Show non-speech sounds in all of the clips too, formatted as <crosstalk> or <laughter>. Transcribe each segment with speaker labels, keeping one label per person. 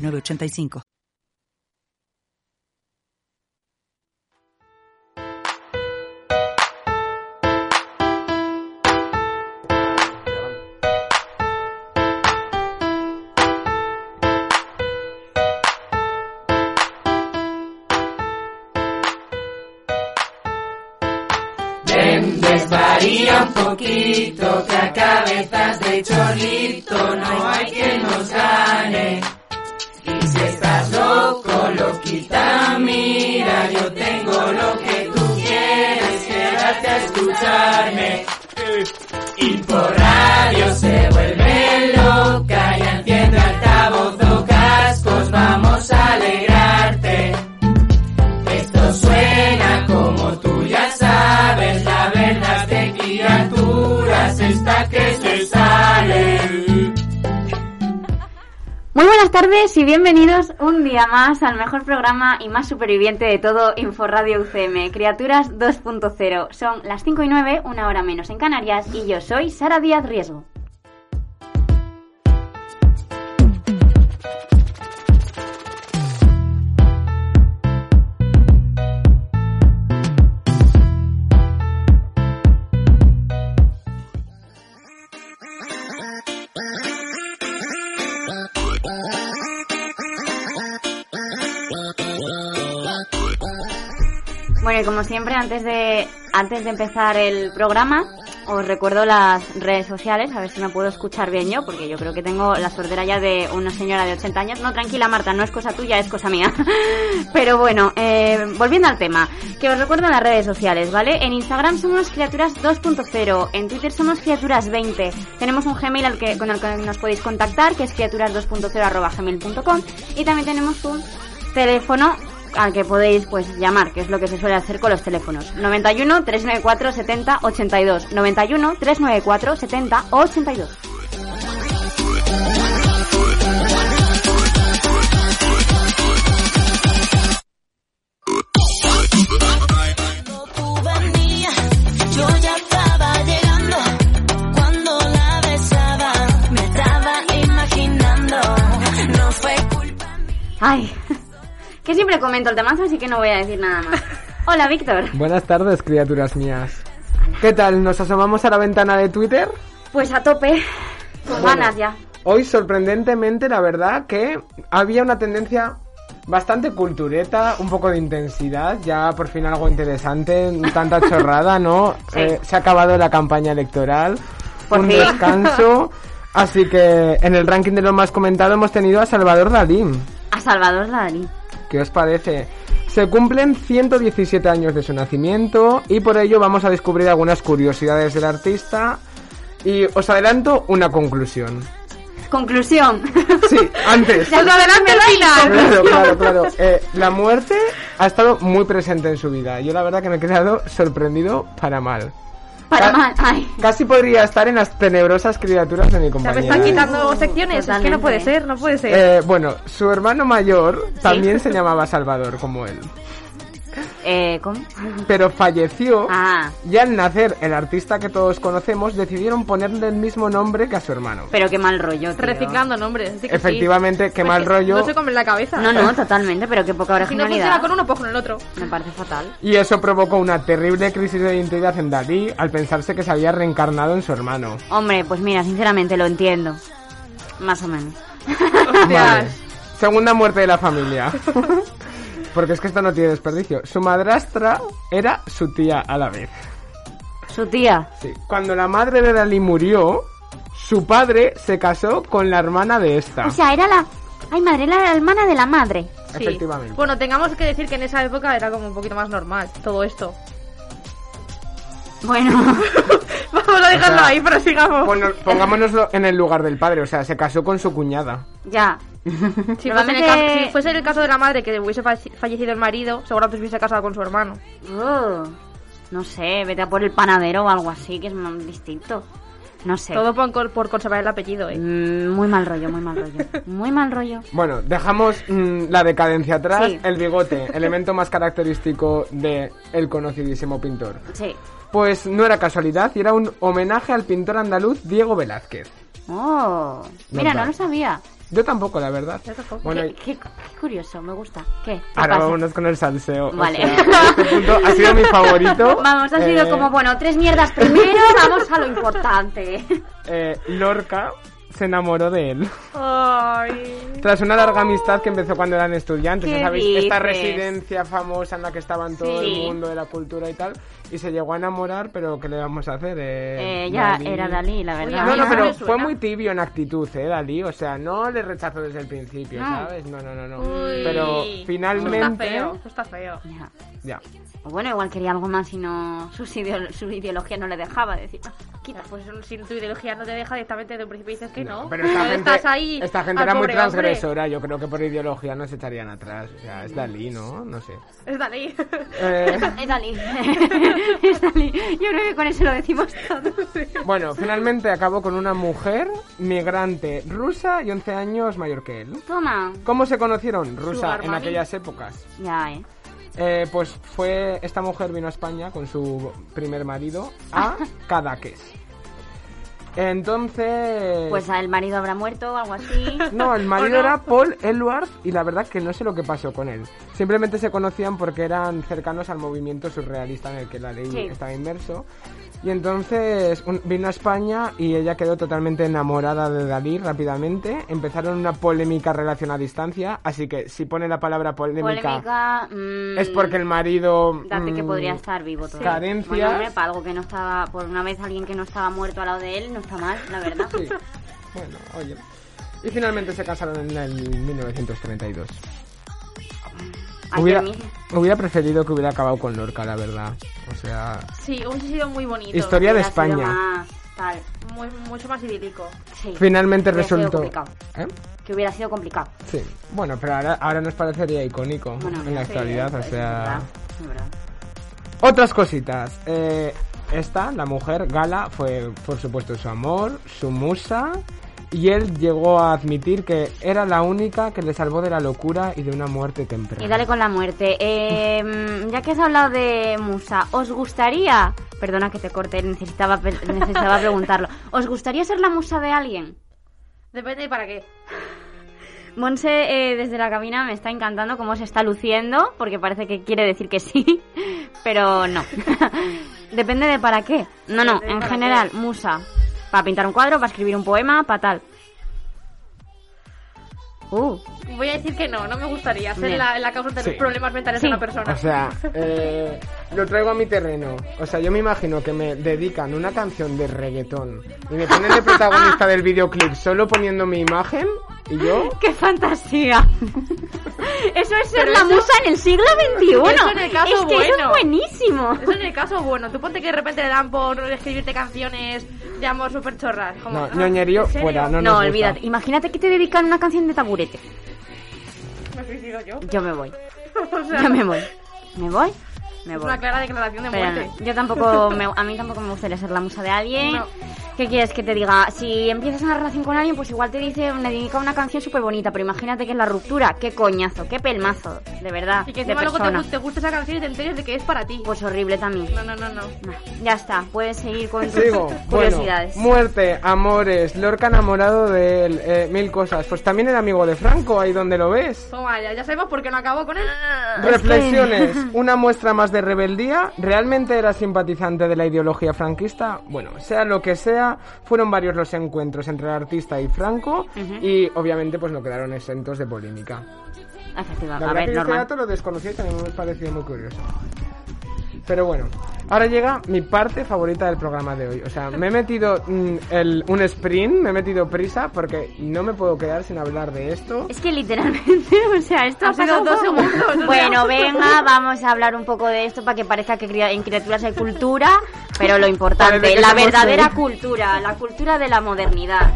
Speaker 1: 985.
Speaker 2: Ven, desvaría un poquito, que a cabezas de chorlito no hay quien nos gane. Y si estás loco, loquita, mira, yo tengo lo que tú quieres, quédate a escucharme. Y por radio se vuelve loca y enciende altavoz o cascos, vamos a alegrarte. Esto suena como tú ya sabes, la verdad de criaturas está que se sale.
Speaker 3: Muy buenas tardes y bienvenidos un día más al mejor programa y más superviviente de todo Inforadio UCM, Criaturas 2.0. Son las 5 y 9, una hora menos en Canarias, y yo soy Sara Díaz Riesgo. Bueno, y como siempre, antes de, antes de empezar el programa, os recuerdo las redes sociales, a ver si me puedo escuchar bien yo, porque yo creo que tengo la sordera ya de una señora de 80 años. No, tranquila Marta, no es cosa tuya, es cosa mía. <laughs> Pero bueno, eh, volviendo al tema, que os recuerdo las redes sociales, ¿vale? En Instagram somos criaturas 2.0, en Twitter somos criaturas 20, tenemos un Gmail al que, con el que nos podéis contactar, que es criaturas 2.0 arroba gmail.com, y también tenemos un teléfono al que podéis pues llamar, que es lo que se suele hacer con los teléfonos. 91 394 70 82. 91 394 70 82.
Speaker 4: Yo ya estaba llegando cuando la besaba, me estaba imaginando, no fue culpa
Speaker 3: Ay, <laughs> que siempre comento el temazo, así que no voy a decir nada
Speaker 5: <laughs>
Speaker 3: más. Hola, Víctor.
Speaker 6: Buenas tardes, criaturas mías. ¿Qué tal? ¿Nos asomamos a la ventana de Twitter?
Speaker 3: Pues a tope, con ganas ya.
Speaker 6: Hoy, sorprendentemente, la verdad que había una tendencia bastante cultureta, un poco de intensidad, ya por fin algo interesante,
Speaker 3: <laughs>
Speaker 6: tanta chorrada, ¿no?
Speaker 3: Sí.
Speaker 6: Eh, se ha acabado la campaña electoral,
Speaker 3: Por
Speaker 6: un
Speaker 3: fin.
Speaker 6: descanso. Así que en el ranking de lo más comentado hemos tenido a Salvador Dalí.
Speaker 3: A Salvador Dalí.
Speaker 6: ¿Qué os parece? Se cumplen 117 años de su nacimiento y por ello vamos a descubrir algunas curiosidades del artista y os adelanto
Speaker 3: <laughs>
Speaker 6: una conclusión.
Speaker 5: <laughs>
Speaker 3: Conclusión.
Speaker 6: Sí, antes.
Speaker 3: Ya lo adelante al
Speaker 6: Claro, claro, claro. Eh, la muerte ha estado muy presente en su vida. Yo la verdad que me he quedado sorprendido para mal.
Speaker 3: Para
Speaker 5: Ah.
Speaker 6: Ca-
Speaker 3: mal. Ay.
Speaker 6: Casi podría estar en las tenebrosas criaturas de mi
Speaker 5: O sea, me
Speaker 6: compañera.
Speaker 5: están quitando secciones, es que
Speaker 3: Totalmente.
Speaker 5: no puede ser, no puede ser.
Speaker 6: Eh, bueno, su hermano mayor
Speaker 3: <laughs>
Speaker 6: también se llamaba Salvador, como él.
Speaker 3: Eh, ¿cómo?
Speaker 6: Pero falleció
Speaker 3: <laughs> Ah,
Speaker 6: Y al nacer el artista que todos conocemos, decidieron ponerle el mismo nombre que a su hermano.
Speaker 3: pero qué mal rollo. tío.
Speaker 5: Reciclando nombres. así que sí.
Speaker 6: Efectivamente, qué
Speaker 5: Es
Speaker 6: mal
Speaker 5: que
Speaker 6: rollo.
Speaker 5: No se comen la cabeza.
Speaker 3: No, no, totalmente, pero qué poca
Speaker 5: Si no
Speaker 3: originalidad.
Speaker 5: funciona con uno, pues con el otro.
Speaker 3: Me parece fatal.
Speaker 6: Y eso provocó una terrible crisis de identidad en Dalí al pensarse que se había reencarnado en su hermano.
Speaker 3: Hombre, pues mira, sinceramente lo entiendo. Más o menos.
Speaker 6: Vale. Segunda muerte de la familia. <laughs> Porque es que esto no tiene desperdicio. Su madrastra era su tía a la vez.
Speaker 3: Su tía.
Speaker 6: Sí. Cuando la madre de Dalí murió, su padre se casó con la hermana de esta.
Speaker 3: O sea, era la... Ay, madre, era la hermana de la madre.
Speaker 5: Sí.
Speaker 6: Efectivamente.
Speaker 5: Bueno, tengamos que decir que en esa época era como un poquito más normal todo esto.
Speaker 3: Bueno, <laughs>
Speaker 5: Vamos a dejarlo
Speaker 6: sea,
Speaker 5: ahí, pero sigamos.
Speaker 6: Pon- Pongámonos en el lugar del padre, o sea, se casó con su cuñada.
Speaker 3: ya.
Speaker 5: Si fuese, en el
Speaker 3: Normalmente-
Speaker 5: caso- si fuese el caso de la madre que hubiese falle- fallecido el marido, seguramente se hubiese casado con su hermano.
Speaker 3: Oh, no sé, vete a por el panadero o algo así, que es más distinto. No sé.
Speaker 5: Todo por, col- por conservar el apellido, ¿eh?
Speaker 3: Mm, muy mal rollo, muy mal rollo.
Speaker 6: <laughs>
Speaker 3: Muy mal rollo.
Speaker 6: Bueno, dejamos mm, la decadencia atrás,
Speaker 3: Sí.
Speaker 6: el bigote, elemento más característico de el conocidísimo pintor.
Speaker 3: Sí.
Speaker 6: Pues no era casualidad, y era un homenaje al pintor andaluz Diego Velázquez.
Speaker 3: Oh, mira, no
Speaker 6: Normal.
Speaker 3: lo sabía.
Speaker 6: Yo tampoco, la verdad.
Speaker 5: Yo tampoco.
Speaker 6: Bueno,
Speaker 3: qué, qué- qué curioso, me gusta. ¿Qué? ¿Qué
Speaker 6: ahora
Speaker 3: pasa?
Speaker 6: vámonos con el salseo.
Speaker 3: Vale.
Speaker 6: O sea, este punto ha sido mi favorito.
Speaker 3: <laughs> Vamos, ha sido
Speaker 6: Eh,
Speaker 3: como, bueno, tres mierdas primero, vamos a lo importante.
Speaker 6: <laughs> eh, Lorca se enamoró de él.
Speaker 5: Ay.
Speaker 6: Tras una
Speaker 5: Oh.
Speaker 6: larga amistad que empezó cuando eran estudiantes,
Speaker 3: ¿Qué
Speaker 6: ya sabéis,
Speaker 3: dices?
Speaker 6: esta residencia famosa en la que estaban todo
Speaker 3: Sí.
Speaker 6: el mundo de la cultura y tal, y se llegó a enamorar, pero ¿qué le vamos a hacer? Eh,
Speaker 3: Eh, ya era Dalí, la
Speaker 5: Uy,
Speaker 3: verdad.
Speaker 5: a
Speaker 6: No,
Speaker 5: mí
Speaker 6: no,
Speaker 5: Ah, no
Speaker 6: pero
Speaker 5: me
Speaker 6: fue
Speaker 5: suena.
Speaker 6: muy tibio en actitud, ¿eh, Dalí? O sea, no le rechazó desde el principio,
Speaker 3: No.
Speaker 6: ¿sabes? No, no, no, no.
Speaker 5: Ah. Uy.
Speaker 6: Pero
Speaker 5: Eso está
Speaker 6: finalmente...
Speaker 5: feo, eso está feo.
Speaker 3: Ya.
Speaker 6: Ya.
Speaker 3: O bueno, igual quería algo más y no sus ideo- su ideología no le dejaba decir, <laughs> "Ah, quita.
Speaker 5: Ya, Pues si tu ideología no te deja directamente desde un principio dices que no.
Speaker 6: Pero
Speaker 5: <laughs>
Speaker 6: esta gente,
Speaker 5: estás ahí.
Speaker 6: esta gente
Speaker 5: al
Speaker 6: era muy
Speaker 5: pobre hombre.
Speaker 6: transgresora, yo creo que por ideología no se echarían atrás. O sea, es Dalí, ¿no?
Speaker 5: <laughs>
Speaker 6: No sé.
Speaker 5: Es Dalí.
Speaker 6: Eh,
Speaker 3: Es Dalí. <laughs> es Dalí. Yo creo que con eso lo decimos todo.
Speaker 6: bueno, finalmente acabó con una mujer migrante rusa y 11 años mayor que él.
Speaker 3: Toma.
Speaker 6: ¿Cómo se conocieron rusa
Speaker 5: Sugar
Speaker 6: en
Speaker 5: mommy.
Speaker 6: aquellas épocas?
Speaker 3: Ya, eh.
Speaker 6: Eh, pues fue esta mujer vino a España con su primer marido a Cadaqués. Entonces,
Speaker 3: Pues el marido habrá muerto o algo
Speaker 6: <laughs>
Speaker 3: así.
Speaker 6: no, el marido
Speaker 5: ¿O no?
Speaker 6: era Paul Eluard y la verdad que no sé lo que pasó con él. Simplemente se conocían porque eran cercanos al movimiento surrealista en el que la ley
Speaker 3: Sí.
Speaker 6: estaba inmerso. Y entonces un- vino a España y ella quedó totalmente enamorada de Dalí rápidamente. Empezaron una polémica relación a distancia, así que si pone la palabra
Speaker 3: Polémica. mm,
Speaker 6: es porque el marido.
Speaker 3: Date que
Speaker 6: mm,
Speaker 3: podría estar vivo todavía.
Speaker 6: carencias.
Speaker 3: Bueno, hombre, para algo que no estaba. Por una vez alguien que no estaba muerto al lado de él, no está mal, la verdad.
Speaker 6: Sí. Bueno, oye. Y finalmente se casaron en el 1932.
Speaker 3: Ayer
Speaker 6: Hubiera,
Speaker 3: mismo.
Speaker 6: hubiera preferido que hubiera acabado con Lorca, la verdad. O sea,
Speaker 5: Sí, hubiese sido muy bonito.
Speaker 6: historia de
Speaker 3: Hubiera sido
Speaker 6: España.
Speaker 3: más tal.
Speaker 5: Muy- mucho más idílico.
Speaker 3: Sí.
Speaker 6: Finalmente
Speaker 3: Hubiera sido
Speaker 6: resultó.
Speaker 3: complicado.
Speaker 6: ¿Eh?
Speaker 3: Que hubiera sido complicado.
Speaker 6: Sí. Bueno, pero ahora, ahora nos parecería icónico
Speaker 3: Bueno,
Speaker 6: en la
Speaker 3: sí,
Speaker 6: actualidad, o
Speaker 3: es
Speaker 6: sea.
Speaker 3: verdad, es verdad.
Speaker 6: Otras cositas. Eh, esta, la mujer, Gala, fue por supuesto su amor, su musa. Y él llegó a admitir que era la única que le salvó de la locura y de una muerte temprana.
Speaker 3: Y dale con la muerte. Eh, mm, ya que has hablado de Musa, ¿os gustaría... Perdona que te corte, necesitaba, pe- <laughs> necesitaba preguntarlo. ¿Os gustaría ser la musa de alguien?
Speaker 5: Depende de para qué.
Speaker 3: Monse, eh, desde la cabina, me está encantando cómo se está luciendo, porque parece que quiere decir que sí, <laughs> pero no. <laughs> Depende de para qué. No, no, en general, musa. Para pintar un cuadro, para escribir un poema, para tal. Uh,
Speaker 5: Voy a decir que no, no me gustaría ser
Speaker 3: Bien.
Speaker 5: la, la causa de
Speaker 6: Sí.
Speaker 5: los problemas mentales
Speaker 3: Sí.
Speaker 5: de una persona.
Speaker 6: O sea, eh, lo traigo a mi terreno. O sea, yo me imagino que me dedican una canción de reggaetón y me ponen de protagonista del videoclip solo poniendo mi imagen y yo.
Speaker 3: ¡Qué <laughs> fantasía! eso es ser
Speaker 5: Pero
Speaker 3: la
Speaker 5: eso-
Speaker 3: musa en el siglo XXI.
Speaker 5: Eso en el caso
Speaker 3: es que eso es
Speaker 5: bueno.
Speaker 3: buenísimo.
Speaker 5: Eso en el caso bueno. Tú ponte que de repente le dan por escribirte canciones de amor súper chorras. "Ah,
Speaker 6: No, ñoñerío, fuera, no,
Speaker 3: ah, No,
Speaker 6: nos gusta.
Speaker 3: olvídate. Imagínate que te dedican una canción de taburete.
Speaker 5: Me suicido yo. <laughs>
Speaker 3: Yo me voy.
Speaker 5: O sea,
Speaker 3: Yo me voy. ¿Me voy? Me
Speaker 5: es
Speaker 3: voy.
Speaker 5: una clara declaración de
Speaker 3: Pero
Speaker 5: muerte.
Speaker 3: no, yo tampoco me- a mí tampoco me gustaría ser la musa de alguien.
Speaker 5: No.
Speaker 3: ¿Qué quieres que te diga? Si empiezas una relación con alguien, pues igual te dice, me dedica una canción súper bonita, pero imagínate que es la ruptura. Qué coñazo, qué pelmazo, de verdad.
Speaker 5: Y que
Speaker 3: de
Speaker 5: encima luego te,
Speaker 3: persona.
Speaker 5: gu- te gusta esa canción y te enteres de que es para ti.
Speaker 3: Pues horrible también.
Speaker 5: No, no, no, no.
Speaker 3: Nah, Ya está, puedes seguir con tus <laughs>
Speaker 6: Sigo. Bueno,
Speaker 3: curiosidades.
Speaker 6: muerte, amores, Lorca enamorado de él, eh, mil cosas. Pues también el amigo de Franco, ahí donde lo ves.
Speaker 5: Toma, ya, ya sabemos por qué no acabo con él.
Speaker 3: Ah. <laughs>
Speaker 6: Reflexiones, una muestra más de rebeldía. ¿Realmente era simpatizante de la ideología franquista? Bueno, sea lo que sea, fueron varios los encuentros entre el artista y Franco y obviamente pues no quedaron exentos de polémica.
Speaker 3: Efectiva,
Speaker 6: La
Speaker 3: a
Speaker 6: verdad que
Speaker 3: ver,
Speaker 6: yo este
Speaker 3: normal.
Speaker 6: dato lo desconocía y también me ha parecido muy curioso. Pero bueno, ahora llega mi parte favorita del programa de hoy. O sea, me he metido mm, el- un sprint, me he metido prisa porque no me puedo quedar sin hablar de esto.
Speaker 3: Es que literalmente, <laughs> o sea, esto
Speaker 5: Ha sido dos
Speaker 3: <laughs>
Speaker 5: segundos, no
Speaker 3: Bueno,
Speaker 5: sé.
Speaker 3: venga, vamos a hablar un poco de esto para que parezca que cria- en criaturas hay cultura,
Speaker 6: <laughs>
Speaker 3: pero lo importante,
Speaker 6: Parece que
Speaker 3: la
Speaker 6: somos
Speaker 3: verdadera
Speaker 6: de-
Speaker 3: cultura, la cultura de la modernidad.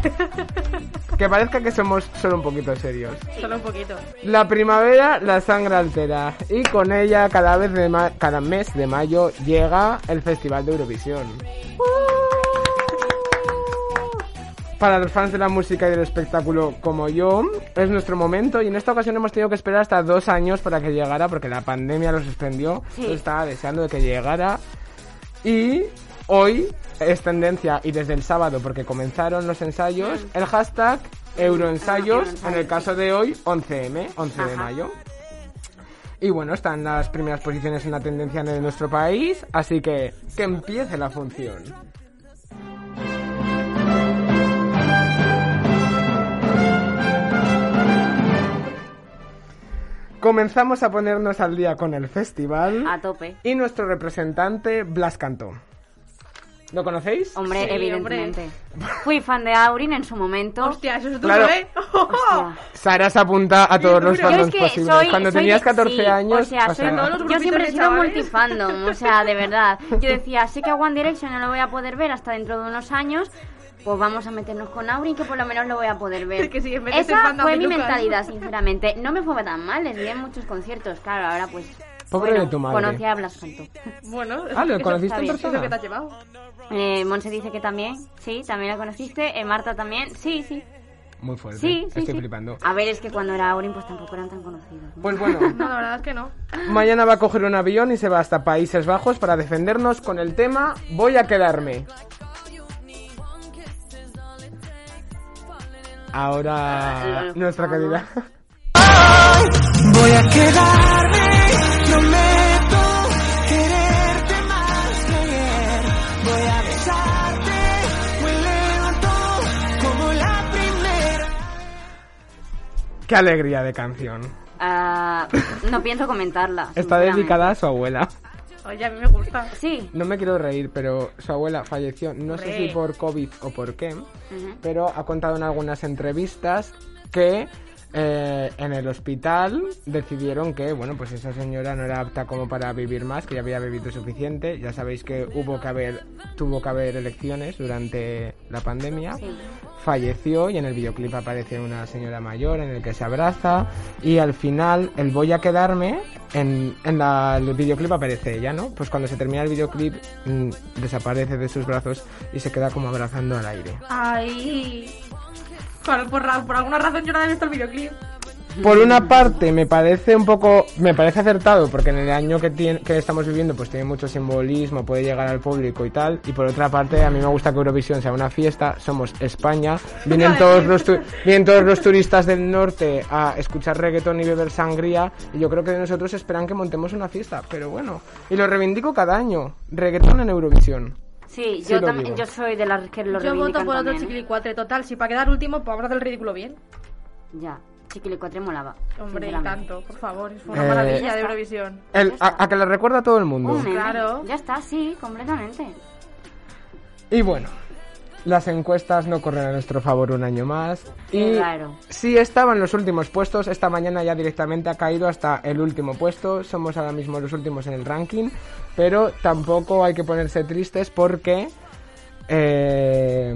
Speaker 6: Que parezca que somos solo un poquito serios.
Speaker 5: Solo un poquito.
Speaker 6: La primavera la sangre altera y con ella cada vez de ma- cada mes de mayo llega el Festival de Eurovisión. Para los fans de la música y del espectáculo como yo, es nuestro momento y en esta ocasión hemos tenido que esperar hasta dos años para que llegara porque la pandemia lo suspendió.
Speaker 3: Sí.
Speaker 6: Yo estaba deseando de que llegara y hoy es tendencia y desde el sábado porque comenzaron los ensayos, el hashtag Euroensayos, en el caso de hoy 11M, 11 de
Speaker 3: Ajá.
Speaker 6: mayo. Y bueno, están las primeras posiciones en la tendencia de nuestro país, así que que empiece la función. Comenzamos a ponernos al día con el festival
Speaker 3: A
Speaker 5: <laughs>
Speaker 3: tope.
Speaker 6: y nuestro representante Blas Cantó. ¿Lo conocéis?
Speaker 3: Hombre,
Speaker 5: Sí,
Speaker 3: evidentemente. Fui fan de Aurin en su momento.
Speaker 5: Hostia, eso es duro,
Speaker 6: Claro.
Speaker 5: ¿eh?
Speaker 3: Oh. Hostia.
Speaker 6: Sara se apunta a todos los
Speaker 3: Yo es
Speaker 6: fandoms
Speaker 3: que
Speaker 6: posibles.
Speaker 3: soy-
Speaker 6: Cuando
Speaker 3: soy
Speaker 6: tenías
Speaker 3: de-
Speaker 6: 14
Speaker 3: sí,
Speaker 6: años,
Speaker 3: o sea, soy-
Speaker 6: pasaba.
Speaker 5: Todos los
Speaker 3: yo
Speaker 5: grupitos
Speaker 3: siempre he
Speaker 5: de
Speaker 3: sido
Speaker 5: chavales.
Speaker 3: multifandom, o sea, de verdad. <laughs> Yo decía, sé que a One Direction no lo voy a poder ver hasta dentro de unos años, pues vamos a meternos con Aurin que por lo menos lo voy a poder ver.
Speaker 5: Que sí, en vez de ser
Speaker 3: Esa
Speaker 5: fandom
Speaker 3: fue
Speaker 5: de
Speaker 3: mi
Speaker 5: Lucas.
Speaker 3: <laughs> mentalidad, sinceramente. No me fue tan mal, les vi en muchos conciertos, claro, ahora pues...
Speaker 6: Pobre
Speaker 3: bueno,
Speaker 6: de tu madre.
Speaker 3: Conocí a Blas Cantó.
Speaker 5: Bueno,
Speaker 6: Ah, ¿lo
Speaker 5: eso
Speaker 6: conociste
Speaker 5: está
Speaker 6: en
Speaker 5: bien, eso es
Speaker 6: persona?
Speaker 5: lo que te has llevado.
Speaker 3: Eh, Monse dice que también, sí, también la conociste. Eh, Marta también, sí, sí.
Speaker 6: Muy fuerte.
Speaker 3: Sí, sí,
Speaker 6: Estoy
Speaker 3: sí.
Speaker 6: flipando.
Speaker 3: A ver, es que cuando era Aurin pues tampoco eran tan conocidos. ¿no?
Speaker 6: Pues bueno,
Speaker 5: No, la verdad es que no.
Speaker 6: mañana va a coger un avión y se va hasta Países Bajos para defendernos con el tema Voy a quedarme.
Speaker 3: Ah,
Speaker 6: Ahora nuestra querida. <laughs>
Speaker 4: Voy a quedarme, no meto quererte más que ayer. Voy a besarte, me levanto como la primera.
Speaker 6: Qué alegría de canción.
Speaker 3: Ah, no pienso comentarla.
Speaker 6: <laughs> Está
Speaker 3: sinceramente.
Speaker 6: dedicada a su abuela.
Speaker 5: Oye, a mí me gusta.
Speaker 3: Sí.
Speaker 6: No me quiero reír, pero su abuela falleció, no sé
Speaker 5: Hombre.
Speaker 6: si por COVID o por qué,
Speaker 3: Ujú.
Speaker 6: pero ha contado en algunas entrevistas que eh, en el hospital decidieron que, bueno, pues esa señora no era apta como para vivir más, que ya había vivido suficiente. Ya sabéis que hubo que haber, tuvo que haber elecciones durante la pandemia.
Speaker 3: Sí.
Speaker 6: Falleció y en el videoclip aparece una señora mayor en el que se abraza y al final el voy a quedarme en, en la- el videoclip aparece ella, ¿no? Pues cuando se termina el videoclip mm, desaparece de sus brazos y se queda como abrazando al aire.
Speaker 5: Ay. Por, por ra- por alguna razón yo no he visto el videoclip.
Speaker 6: Por una parte me parece un poco, me parece acertado porque en el año que, tiene- que estamos viviendo pues tiene mucho simbolismo, puede llegar al público y tal. Y por otra parte a mí me gusta que Eurovisión sea una fiesta, somos España, vienen todos los, tu- vienen todos los turistas del norte a escuchar reggaetón y beber sangría y yo creo que de nosotros esperan que montemos una fiesta, pero bueno. Y lo reivindico cada año, reggaetón en Eurovisión.
Speaker 3: Sí,
Speaker 6: Sí
Speaker 3: yo,
Speaker 6: lo
Speaker 3: tam-
Speaker 6: digo.
Speaker 3: yo soy de las que lo
Speaker 5: Yo voto
Speaker 3: reivindican
Speaker 5: por otro
Speaker 3: también, ¿eh?
Speaker 5: chiquilicuatre. Total, si para quedar último, pues vamos a hacer el ridículo bien.
Speaker 3: Ya, chiquilicuatre molaba.
Speaker 5: Hombre, y
Speaker 3: sinceramente.
Speaker 5: tanto, por favor. Es una
Speaker 6: Eh,
Speaker 5: maravilla de Eurovisión.
Speaker 6: El, a, a que le recuerda a todo el mundo.
Speaker 3: Un meme.
Speaker 5: Claro.
Speaker 3: Ya está, sí, completamente.
Speaker 6: Y bueno, las encuestas no corren a nuestro favor un año más.
Speaker 3: Qué
Speaker 6: y
Speaker 3: raro.
Speaker 6: sí estaba en los últimos puestos, esta mañana ya directamente ha caído hasta el último puesto. Somos ahora mismo los últimos en el ranking, pero tampoco hay que ponerse tristes porque eh,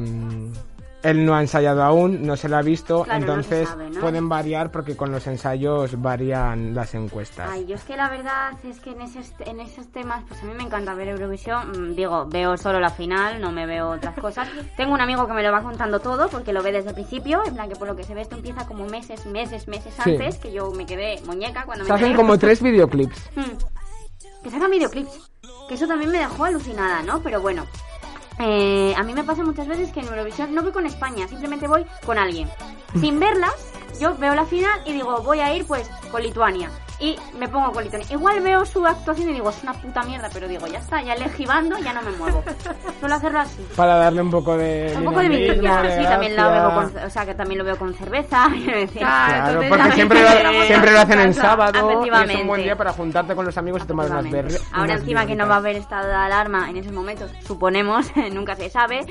Speaker 6: él no ha ensayado aún, no se la ha visto,
Speaker 3: Claro, no se
Speaker 6: entonces
Speaker 3: sabe, ¿no?
Speaker 6: pueden variar porque con los ensayos varían las encuestas.
Speaker 3: Ay, yo es que la verdad es que en esos, en esos temas, pues a mí me encanta ver Eurovisión. Mm, Digo, veo solo la final, no me veo otras cosas.
Speaker 5: <laughs>
Speaker 3: Tengo un amigo que me lo va contando todo porque lo ve desde el principio. En plan, que por lo que se ve, esto empieza como meses, meses, meses
Speaker 6: Sí.
Speaker 3: antes. Que yo me quedé muñeca cuando
Speaker 6: Se
Speaker 3: me <laughs>
Speaker 6: hacen
Speaker 3: enteré.
Speaker 6: como tres videoclips.
Speaker 3: Mm. Que sacan videoclips. Que eso también me dejó alucinada, ¿no? Pero bueno. eh, a mí me pasa muchas veces que en Eurovisión no voy con España, simplemente voy con alguien. Sin verlas, yo veo la final y digo, voy a ir pues con Lituania. Y me pongo con Lituania. Igual veo su actuación y digo, es una puta mierda, pero digo, ya está, ya elegí bando, ya no me muevo. Suelo hacerlo así.
Speaker 6: Para darle un poco de...
Speaker 3: Un poco de
Speaker 6: dinamismo,
Speaker 3: vidilla,
Speaker 6: de
Speaker 3: sí, también lo
Speaker 6: gracia.
Speaker 3: veo con, o sea, que también lo veo con cerveza, <laughs> quiero decir.
Speaker 6: Claro,
Speaker 5: entonces
Speaker 6: porque
Speaker 5: ya-
Speaker 6: siempre lo, siempre lo hacen en
Speaker 5: Casa.
Speaker 6: sábado y es un buen
Speaker 3: Efectivamente.
Speaker 6: día para juntarte con los amigos y tomar Pues unas
Speaker 3: Efectivamente.
Speaker 6: berries.
Speaker 3: Ahora encima que no va a haber estado de alarma en esos momentos, suponemos, <laughs> nunca se sabe,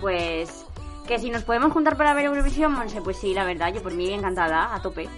Speaker 3: pues que si nos podemos juntar para ver Eurovisión, Monse, pues sí, la verdad, yo por mí encantada, a tope.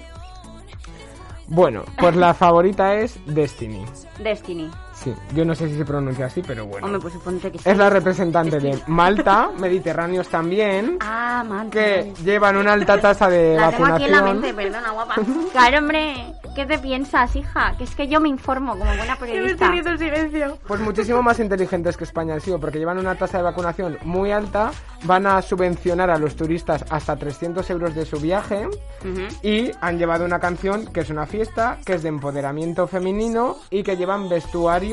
Speaker 6: Bueno, pues la favorita es Destiny.
Speaker 3: Destiny.
Speaker 6: Sí, yo no sé si se pronuncia así, pero bueno.
Speaker 3: Hombre, pues suponte que sí.
Speaker 6: Es la representante de
Speaker 3: <laughs>
Speaker 6: Malta, Mediterráneos también,
Speaker 3: Ah, man.
Speaker 6: que llevan una alta tasa de
Speaker 3: La tengo aquí en la mente, pues.
Speaker 6: vacunación.
Speaker 3: perdona,
Speaker 6: <laughs>
Speaker 3: guapa. Claro, hombre, ¿qué te piensas, hija? Que es que yo me informo
Speaker 6: <laughs>
Speaker 3: como buena
Speaker 5: Que me
Speaker 3: periodista.
Speaker 5: estoy viendo el silencio.
Speaker 6: Pues muchísimo más inteligentes que España han sido, porque llevan una tasa de vacunación muy alta, van a subvencionar a los turistas hasta 300 euros de su viaje
Speaker 3: Ujú.
Speaker 6: y han llevado una canción que es una fiesta, que es de empoderamiento femenino y que llevan vestuario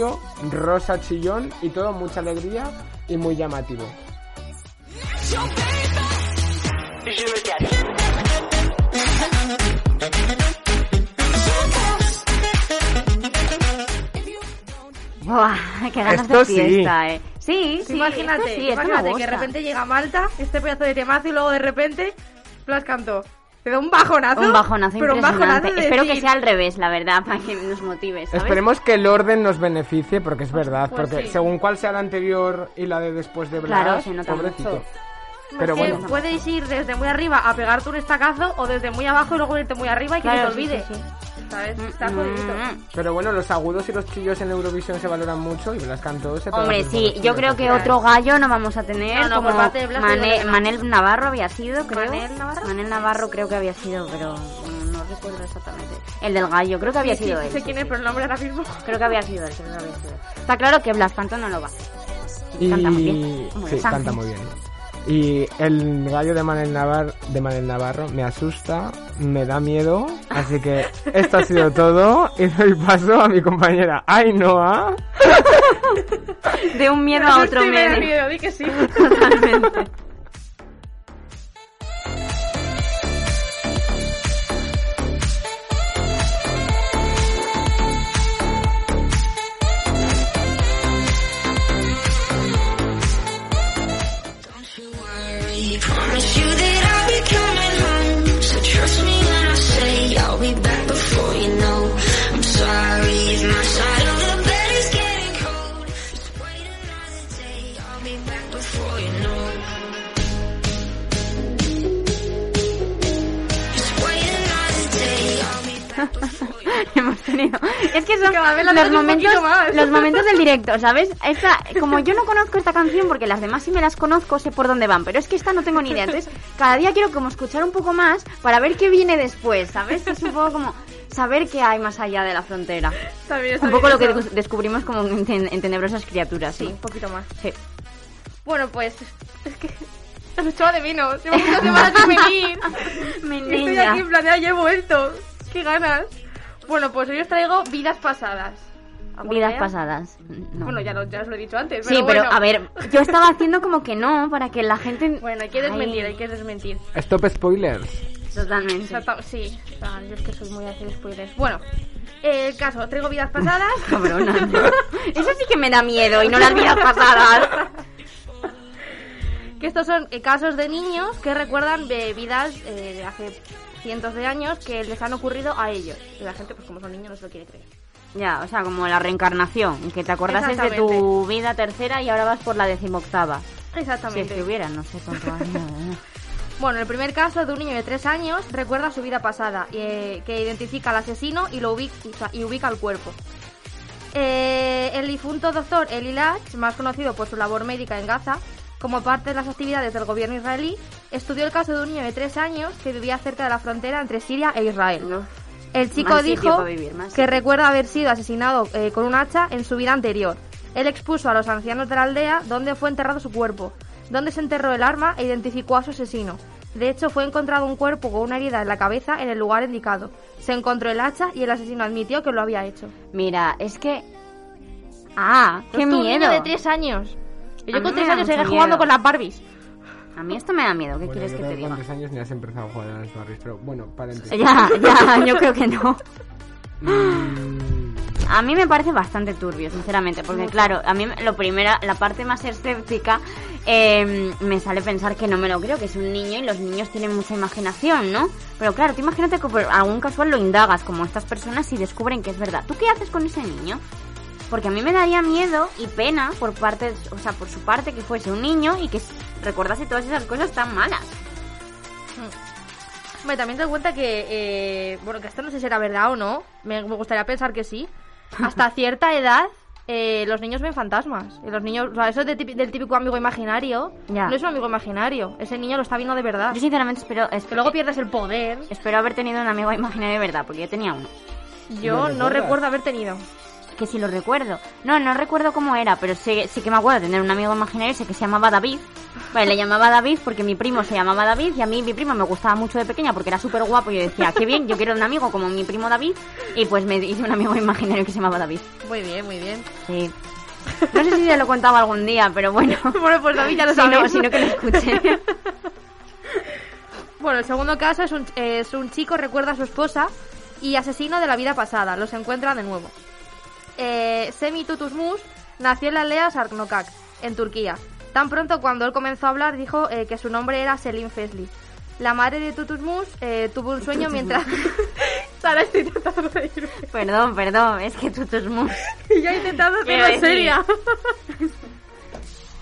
Speaker 6: rosa chillón y todo mucha alegría y muy llamativo.
Speaker 3: Buah, <laughs> qué ganas
Speaker 6: Esto
Speaker 3: de
Speaker 6: sí.
Speaker 3: fiesta, eh. Sí, sí,
Speaker 5: imagínate,
Speaker 3: esto sí, esto me
Speaker 5: imagínate que de
Speaker 3: gusta.
Speaker 5: repente llega Malta, este pedazo de temazo y luego de repente las cantó. Te da un bajonazo.
Speaker 3: Un bajonazo
Speaker 5: pero un
Speaker 3: impresionante.
Speaker 5: bajonazo de
Speaker 3: Espero que
Speaker 5: decir,
Speaker 3: sea al revés, la verdad, <laughs> para que nos motive, ¿sabes?
Speaker 6: Esperemos que el orden nos beneficie, porque es verdad,
Speaker 5: pues
Speaker 6: porque
Speaker 5: sí.
Speaker 6: según cuál sea la anterior y la de después de Blas,
Speaker 3: Claro, se nota
Speaker 6: pobrecito.
Speaker 3: mucho. Pues
Speaker 6: Pero
Speaker 5: es que
Speaker 6: bueno,
Speaker 5: puedes ir desde muy arriba a pegarte un estacazo o desde muy abajo y luego irte muy arriba y que
Speaker 3: Claro,
Speaker 5: no te
Speaker 3: sí,
Speaker 5: olvides.
Speaker 3: sí,
Speaker 5: ¿Sabes?
Speaker 3: Mm,
Speaker 5: Está
Speaker 3: mm,
Speaker 5: jodidito.
Speaker 3: mm.
Speaker 6: pero bueno, los agudos y los chillos en Eurovisión se valoran mucho y Blas cantó se pega
Speaker 3: Hombre,
Speaker 6: sus
Speaker 3: sí,
Speaker 6: buenos
Speaker 3: yo
Speaker 6: chillos.
Speaker 3: creo que otro gallo no vamos a tener.
Speaker 5: No, no,
Speaker 3: como
Speaker 5: por parte de Blas
Speaker 3: Mane-
Speaker 5: seguro que no.
Speaker 3: Manel Navarro había sido, creo.
Speaker 5: ¿Manel Navarro?
Speaker 3: Manel Navarro creo que había sido, pero mm, no recuerdo exactamente. El del gallo, creo que había
Speaker 5: Sí,
Speaker 3: sido
Speaker 5: sí,
Speaker 3: él.
Speaker 5: sé
Speaker 3: sí,
Speaker 5: quién
Speaker 3: sí.
Speaker 5: es, pero el nombre ahora mismo.
Speaker 3: Creo que había sido él, creo que había sido él. Está claro que Blas Canto no lo va.
Speaker 6: Y...
Speaker 3: Canta muy bien. Como
Speaker 6: Sí,
Speaker 3: Los
Speaker 6: canta
Speaker 3: Ángeles.
Speaker 6: muy bien. Y el gallo de Manel, Navar- de Manel Navarro me asusta, me da miedo,
Speaker 3: <laughs>
Speaker 6: así que esto ha sido todo y doy paso a mi compañera Ainhoa.
Speaker 3: De un <laughs>
Speaker 5: <laughs>
Speaker 3: miedo
Speaker 5: Yo
Speaker 3: a otro
Speaker 5: estoy medio
Speaker 3: meme.
Speaker 5: miedo, di que
Speaker 3: <laughs>
Speaker 5: sí.
Speaker 3: Totalmente.
Speaker 7: Promise you that I'll be coming home. So trust me when I say I'll be back before you know. I'm sorry if my side of the bed is getting cold. Just wait another day. I'll be back before you know. Just wait another day. I'll be back before you know.
Speaker 3: <laughs> hemos tenido. Es que son
Speaker 5: Cada vez la
Speaker 3: los
Speaker 5: notas un
Speaker 3: momentos,
Speaker 5: poquito más.
Speaker 3: los momentos del directo, ¿sabes?
Speaker 5: <laughs>
Speaker 3: Esta, como yo no conozco esta canción, porque las demás sí me las conozco, sé por dónde van, pero es que esta no tengo ni idea. Entonces, cada día quiero como escuchar un poco más para ver qué viene después, ¿sabes? Es un poco como saber qué hay más allá de la frontera.
Speaker 5: También está
Speaker 3: Un poco
Speaker 5: bien
Speaker 3: lo que
Speaker 5: eso.
Speaker 3: des- descubrimos como en, Ten- en Tenebrosas Criaturas,
Speaker 5: Sí,
Speaker 3: ¿no?
Speaker 5: un poquito más.
Speaker 3: Sí.
Speaker 5: Bueno, pues <laughs> es que os echaba de menos. Llevo muchas
Speaker 3: <laughs>
Speaker 5: semanas sin venir.
Speaker 3: Mi
Speaker 5: Y Estoy
Speaker 3: niña.
Speaker 5: aquí en plan, ya he vuelto. Qué ganas. Bueno, pues hoy os traigo vidas pasadas. ¿Alguna
Speaker 3: Vidas
Speaker 5: idea?
Speaker 3: pasadas. No.
Speaker 5: Bueno, ya, lo, ya os lo he dicho antes.
Speaker 3: sí,
Speaker 5: pero
Speaker 3: pero
Speaker 5: bueno.
Speaker 3: a ver, yo estaba haciendo como que no, para que la gente...
Speaker 5: Bueno, hay que desmentir,
Speaker 3: Ay,
Speaker 5: hay que desmentir.
Speaker 6: Stop spoilers.
Speaker 3: Totalmente.
Speaker 5: Exacto, sí, Ah, yo es que soy muy de hacer spoilers. Bueno, el caso, traigo vidas
Speaker 3: <laughs>
Speaker 5: pasadas.
Speaker 3: Cabrona. Eso sí que me da miedo y no las vidas pasadas.
Speaker 5: que estos son eh, casos de niños que recuerdan de vidas eh, de hace cientos de años que les han ocurrido a ellos. Y la gente, pues como son niños, no se lo quiere creer.
Speaker 3: Ya, o sea, como la reencarnación, que te acordases de tu
Speaker 5: Exactamente.
Speaker 3: vida tercera y ahora vas por la decimoctava. Si es
Speaker 5: Exactamente.
Speaker 3: que hubiera, no sé cuánto
Speaker 5: <laughs>
Speaker 3: año. ¿eh?
Speaker 5: Bueno, el primer caso es de un niño de 3 años recuerda su vida pasada, eh, que identifica al asesino y lo ubica, y ubica el cuerpo. Eh, el difunto doctor Eli Lach, más conocido por su labor médica en Gaza, como parte de las actividades del gobierno israelí, estudió el caso de un niño de 3 años que vivía cerca de la frontera entre Siria e Israel.
Speaker 3: Uf,
Speaker 5: El chico
Speaker 3: Más sitio
Speaker 5: dijo
Speaker 3: pa' vivir, más
Speaker 5: que
Speaker 3: sitio.
Speaker 5: recuerda haber sido asesinado eh, con un hacha en su vida anterior. Él expuso a los ancianos de la aldea donde fue enterrado su cuerpo, donde se enterró el arma e identificó a su asesino. De hecho, fue encontrado un cuerpo con una herida en la cabeza en el lugar indicado. Se encontró el hacha y el asesino admitió que lo había hecho.
Speaker 3: Mira, es que. ¡Ah! ¡Qué
Speaker 5: Es un Pues niño
Speaker 3: miedo!
Speaker 5: de tres años. Y
Speaker 3: A
Speaker 5: Yo
Speaker 3: mí me
Speaker 5: con tres
Speaker 3: da mucho
Speaker 5: años seguía jugando
Speaker 3: miedo.
Speaker 5: con las Barbies.
Speaker 3: A mí esto me da miedo, ¿qué
Speaker 6: Bueno,
Speaker 3: quieres
Speaker 6: yo
Speaker 3: que
Speaker 6: creo
Speaker 3: te diga?
Speaker 6: con tres años ni has empezado a jugar a las Barbies, pero bueno, paréntesis.
Speaker 3: Ya, ya, yo creo que no.
Speaker 6: Mm,
Speaker 3: A mí me parece bastante turbio, sinceramente, porque claro, a mí lo primera, la parte más escéptica eh, me sale pensar que no me lo creo, que es un niño y los niños tienen mucha imaginación, ¿no? Pero claro, tú imagínate que por algún casual lo indagas como estas personas y descubren que es verdad. ¿Tú qué haces con ese niño? Porque a mí me daría miedo y pena por parte, o sea, por su parte que fuese un niño y que s- recordase todas esas cosas tan malas.
Speaker 5: Hombre, también te das cuenta que, eh, bueno, que esto no sé si será verdad o no, me, me gustaría pensar que sí. <laughs> Hasta cierta edad, eh, los niños ven fantasmas. Y los niños, o sea, eso es de típi- del típico amigo imaginario.
Speaker 3: Ya.
Speaker 5: No es un amigo imaginario, ese niño lo está viendo de verdad.
Speaker 3: Yo sinceramente espero,
Speaker 5: Que
Speaker 3: espero,
Speaker 5: luego pierdes el poder.
Speaker 3: espero haber tenido un amigo imaginario de verdad, porque yo tenía uno.
Speaker 5: Yo no
Speaker 6: recuerdas?
Speaker 5: recuerdo haber tenido.
Speaker 3: Que si lo recuerdo. No, no recuerdo cómo era, pero sí, sí que me acuerdo de tener un amigo imaginario, sé que se llamaba David. Vale, le llamaba David porque mi primo se llamaba David y a mí mi primo me gustaba mucho de pequeña porque era súper guapo y yo decía, qué bien, yo quiero un amigo como mi primo David y pues me hice un amigo imaginario que se llamaba David.
Speaker 5: Muy bien, muy bien.
Speaker 3: Sí. No sé si se lo contaba algún día, pero bueno.
Speaker 5: <laughs> Bueno, pues <laughs> David ya lo
Speaker 3: Si no-
Speaker 5: sabéis.
Speaker 3: si no, que lo
Speaker 5: <laughs>
Speaker 3: escuche.
Speaker 5: Bueno, el segundo caso es un, es un chico recuerda a su esposa y asesino de la vida pasada. Los encuentra de nuevo. Eh, Semi Tutusmus nació en la aldea Sarnokak, en Turquía. Tan pronto cuando él comenzó a hablar dijo eh, que su nombre era Selim Fesli. La madre de Tutusmus eh, tuvo un sueño mientras... Sara, estoy intentando reírme.
Speaker 3: Perdón, perdón, es que tú tus
Speaker 5: <laughs>
Speaker 3: mus.
Speaker 5: Y yo intentando
Speaker 3: Quiero
Speaker 5: hacerlo
Speaker 3: decir,
Speaker 5: seria.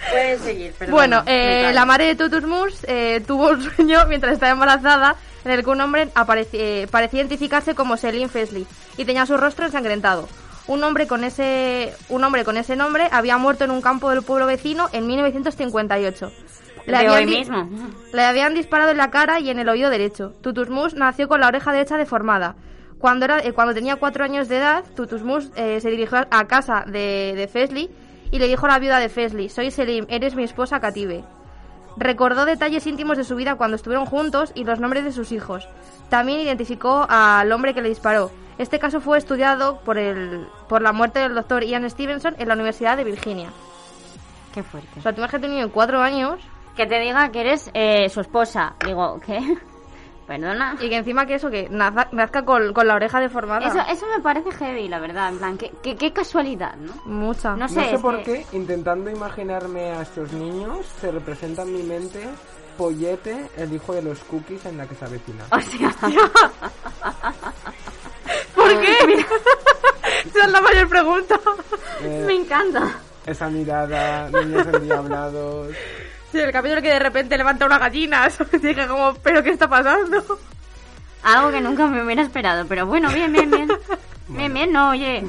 Speaker 3: Puedes seguir, perdón.
Speaker 5: Bueno, eh, la madre de Tutusmus eh, tuvo un sueño <laughs> mientras estaba embarazada en el que un hombre apareci- eh, parecía identificarse como Selim Fesley y tenía su rostro ensangrentado. Un hombre, con ese, un hombre con ese nombre había muerto en un campo del pueblo vecino en 1958. Le
Speaker 3: de
Speaker 5: habían
Speaker 3: hoy
Speaker 5: di-
Speaker 3: mismo.
Speaker 5: Le habían disparado en la cara y en el oído derecho. Tutusmus nació con la oreja derecha deformada. Cuando, era, eh, cuando tenía cuatro años de edad, Tutusmus eh, se dirigió a casa de, de Fesley y le dijo a la viuda de Fesley, soy Selim, eres mi esposa Kative. Recordó detalles íntimos de su vida cuando estuvieron juntos y los nombres de sus hijos. También identificó al hombre que le disparó. Este caso fue estudiado por, el, por la muerte del doctor Ian Stevenson en la Universidad de Virginia.
Speaker 3: Qué fuerte.
Speaker 5: O sea, tú imagínate un niño de cuatro años
Speaker 3: Que te diga que eres eh, su esposa. Digo, ¿qué? <laughs> Perdona.
Speaker 5: Y que encima que eso, que nazca, nazca con, con la oreja deformada.
Speaker 3: Eso, eso me parece heavy, la verdad. En plan, qué, qué, qué casualidad, ¿no?
Speaker 5: Mucha.
Speaker 3: No sé,
Speaker 6: No sé
Speaker 3: es
Speaker 6: por
Speaker 3: que-
Speaker 6: qué, intentando imaginarme a estos niños, se representa en mi mente Pollete, el hijo de los cookies en la que se
Speaker 3: <laughs>
Speaker 6: avecina.
Speaker 3: O sea,
Speaker 5: ¿Por qué? <laughs> Esa es la mayor pregunta.
Speaker 6: Eh,
Speaker 3: <laughs> me encanta.
Speaker 6: esa mirada, niños
Speaker 5: <laughs>
Speaker 6: endiablados.
Speaker 5: Sí, el capítulo que de repente levanta una gallina. <laughs> eso me Dije como, ¿pero qué está pasando?
Speaker 3: Algo que nunca me hubiera esperado, pero bueno, bien, bien, bien. Bien, bien, no, oye.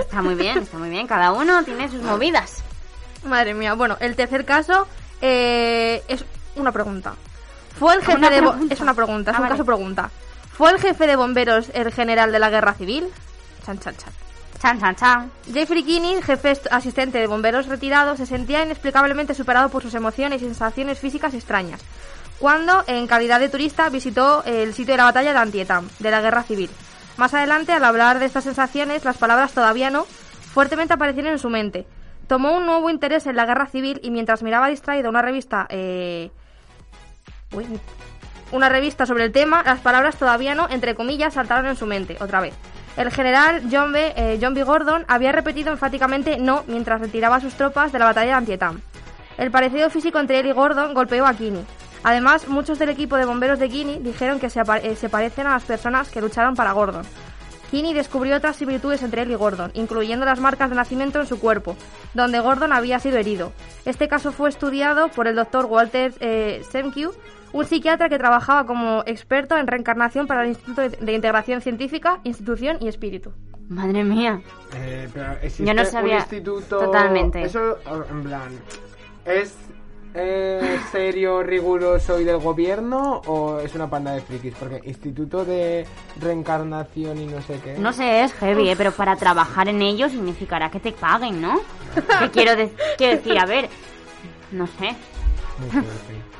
Speaker 3: Está muy bien, está muy bien. Cada uno tiene sus movidas.
Speaker 5: Madre mía. Bueno, el tercer caso eh, es una pregunta. Fue el jefe
Speaker 3: Una
Speaker 5: de... bo-
Speaker 3: pregunta.
Speaker 5: Es una pregunta, es
Speaker 3: Ah,
Speaker 5: un
Speaker 3: vale.
Speaker 5: caso pregunta. ¿Fue el jefe de bomberos el general de la guerra civil? Chan, chan, chan.
Speaker 3: Chan, chan, chan.
Speaker 5: Jeffrey Kinney, jefe est- asistente de bomberos retirado, se sentía inexplicablemente superado por sus emociones y sensaciones físicas extrañas, cuando, en calidad de turista, visitó el sitio de la batalla de Antietam, de la guerra civil. Más adelante, al hablar de estas sensaciones, las palabras todavía no, fuertemente aparecieron en su mente. Tomó un nuevo interés en la guerra civil y mientras miraba distraído una revista... eh, uy, una revista sobre el tema, las palabras todavía no, entre comillas, saltaron en su mente, otra vez. El general John B. eh, John B. Gordon había repetido enfáticamente no mientras retiraba a sus tropas de la batalla de Antietam. El parecido físico entre él y Gordon golpeó a Kinney. Además, muchos del equipo de bomberos de Kinney dijeron que se, apa- eh, se parecen a las personas que lucharon para Gordon. Kinney descubrió otras similitudes entre él y Gordon, incluyendo las marcas de nacimiento en su cuerpo, donde Gordon había sido herido. Este caso fue estudiado por el doctor Walter eh, Semkew, un psiquiatra que trabajaba como experto en reencarnación para el Instituto de Integración Científica, Institución y Espíritu.
Speaker 3: Madre mía.
Speaker 6: Eh, pero existe
Speaker 3: Yo no
Speaker 6: un
Speaker 3: sabía-
Speaker 6: instituto...
Speaker 3: totalmente.
Speaker 6: Eso, en plan, ¿es eh, serio, riguroso y del gobierno o es una panda de frikis? Porque instituto de reencarnación y no sé qué...
Speaker 3: No sé, es heavy, ¿eh? pero para trabajar en ello significará que te paguen, ¿no? Que quiero, de- quiero decir, a ver, no sé,
Speaker 6: Muy fuerte.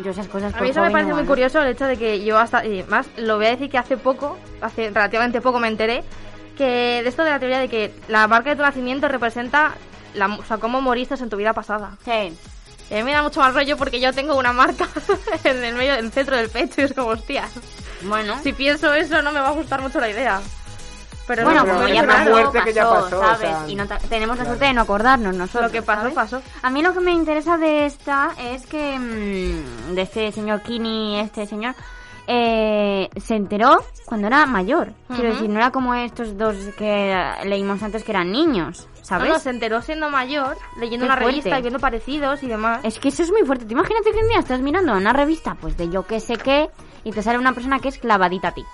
Speaker 3: yo esas cosas...
Speaker 5: A
Speaker 3: por
Speaker 5: mí eso me
Speaker 3: hobby no
Speaker 5: parece muy
Speaker 3: hago.
Speaker 5: curioso el hecho de que yo hasta, y más, lo voy a decir que hace poco, hace relativamente poco me enteré, que de esto de la teoría de que la marca de tu nacimiento representa la, o sea, cómo moriste en tu vida pasada.
Speaker 3: Sí,
Speaker 5: Y a mí me da Eh, mucho más rollo porque yo tengo una marca <laughs> en el medio, en el centro del pecho y es como, hostias,
Speaker 3: bueno...
Speaker 5: si pienso eso no me va a gustar mucho la idea. Pero
Speaker 3: Bueno,
Speaker 5: no,
Speaker 6: pero
Speaker 3: como
Speaker 6: es
Speaker 3: ya
Speaker 6: una
Speaker 3: pasó,
Speaker 6: muerte
Speaker 3: pasó,
Speaker 6: que ya pasó, o
Speaker 3: ¿sabes?
Speaker 6: sea,
Speaker 3: y no ta- tenemos la
Speaker 6: claro.
Speaker 3: suerte de no acordarnos nosotros.
Speaker 5: lo que pasó,
Speaker 3: ¿sabes?
Speaker 5: pasó.
Speaker 3: A mí lo que me interesa de esta es que. mm, de este señor Kini, este señor.
Speaker 8: eh, se enteró cuando era mayor. Quiero
Speaker 5: Ujú.
Speaker 8: decir, no era como estos dos que leímos antes que eran niños, ¿sabes?
Speaker 5: No, no, se enteró siendo mayor, leyendo
Speaker 8: Qué
Speaker 5: una
Speaker 8: fuerte.
Speaker 5: revista y viendo parecidos y demás.
Speaker 8: Es que eso es muy fuerte. Tú imagínate que un día estás mirando una revista, pues de yo qué sé qué, y te sale una persona que es clavadita a ti.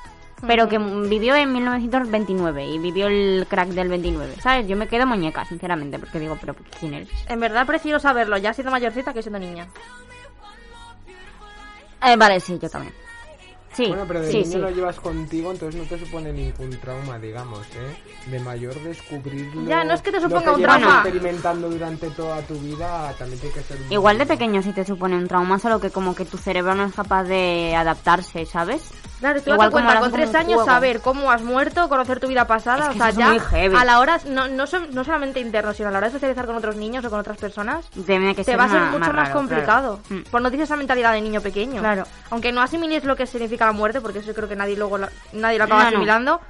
Speaker 8: Pero que vivió en 1929 y vivió el crack del 29, ¿sabes? Yo me quedo muñeca, sinceramente, porque digo, pero ¿quién eres?
Speaker 5: En verdad prefiero saberlo ya siendo mayorcita que siendo niña.
Speaker 8: Eh, vale, sí, yo también. Sí,
Speaker 6: Bueno, pero de
Speaker 8: sí,
Speaker 6: niño
Speaker 8: sí.
Speaker 6: lo llevas contigo, entonces no te supone ningún trauma, digamos, ¿eh? De mayor descubrirlo...
Speaker 5: Ya, no es que te
Speaker 6: lo
Speaker 5: suponga un
Speaker 6: llevas
Speaker 5: trauma.
Speaker 6: experimentando durante toda tu vida, también tiene que ser... muy-
Speaker 8: Igual de pequeño sí te supone un trauma, solo que como que tu cerebro no es capaz de adaptarse, ¿sabes?
Speaker 5: Claro, tú
Speaker 8: Igual
Speaker 5: Igual cuenta
Speaker 8: como
Speaker 5: con
Speaker 8: lanzan
Speaker 5: tres
Speaker 8: un
Speaker 5: años
Speaker 8: juego.
Speaker 5: saber cómo has muerto, conocer tu vida pasada,
Speaker 8: Es que
Speaker 5: o sea,
Speaker 8: eso es
Speaker 5: ya
Speaker 8: muy heavy.
Speaker 5: a la hora no, no, so- no solamente interno, sino a la hora de socializar con otros niños o con otras personas,
Speaker 8: Tiene que
Speaker 5: te
Speaker 8: ser
Speaker 5: va a ser
Speaker 8: ma-
Speaker 5: mucho más,
Speaker 8: raro,
Speaker 5: complicado.
Speaker 8: claro. Mm.
Speaker 5: Pues no tienes esa mentalidad de niño pequeño.
Speaker 8: Claro.
Speaker 5: Aunque no asimiles lo que significa la muerte, porque eso creo que nadie luego lo- nadie lo acaba
Speaker 8: No, no.
Speaker 5: asimilando.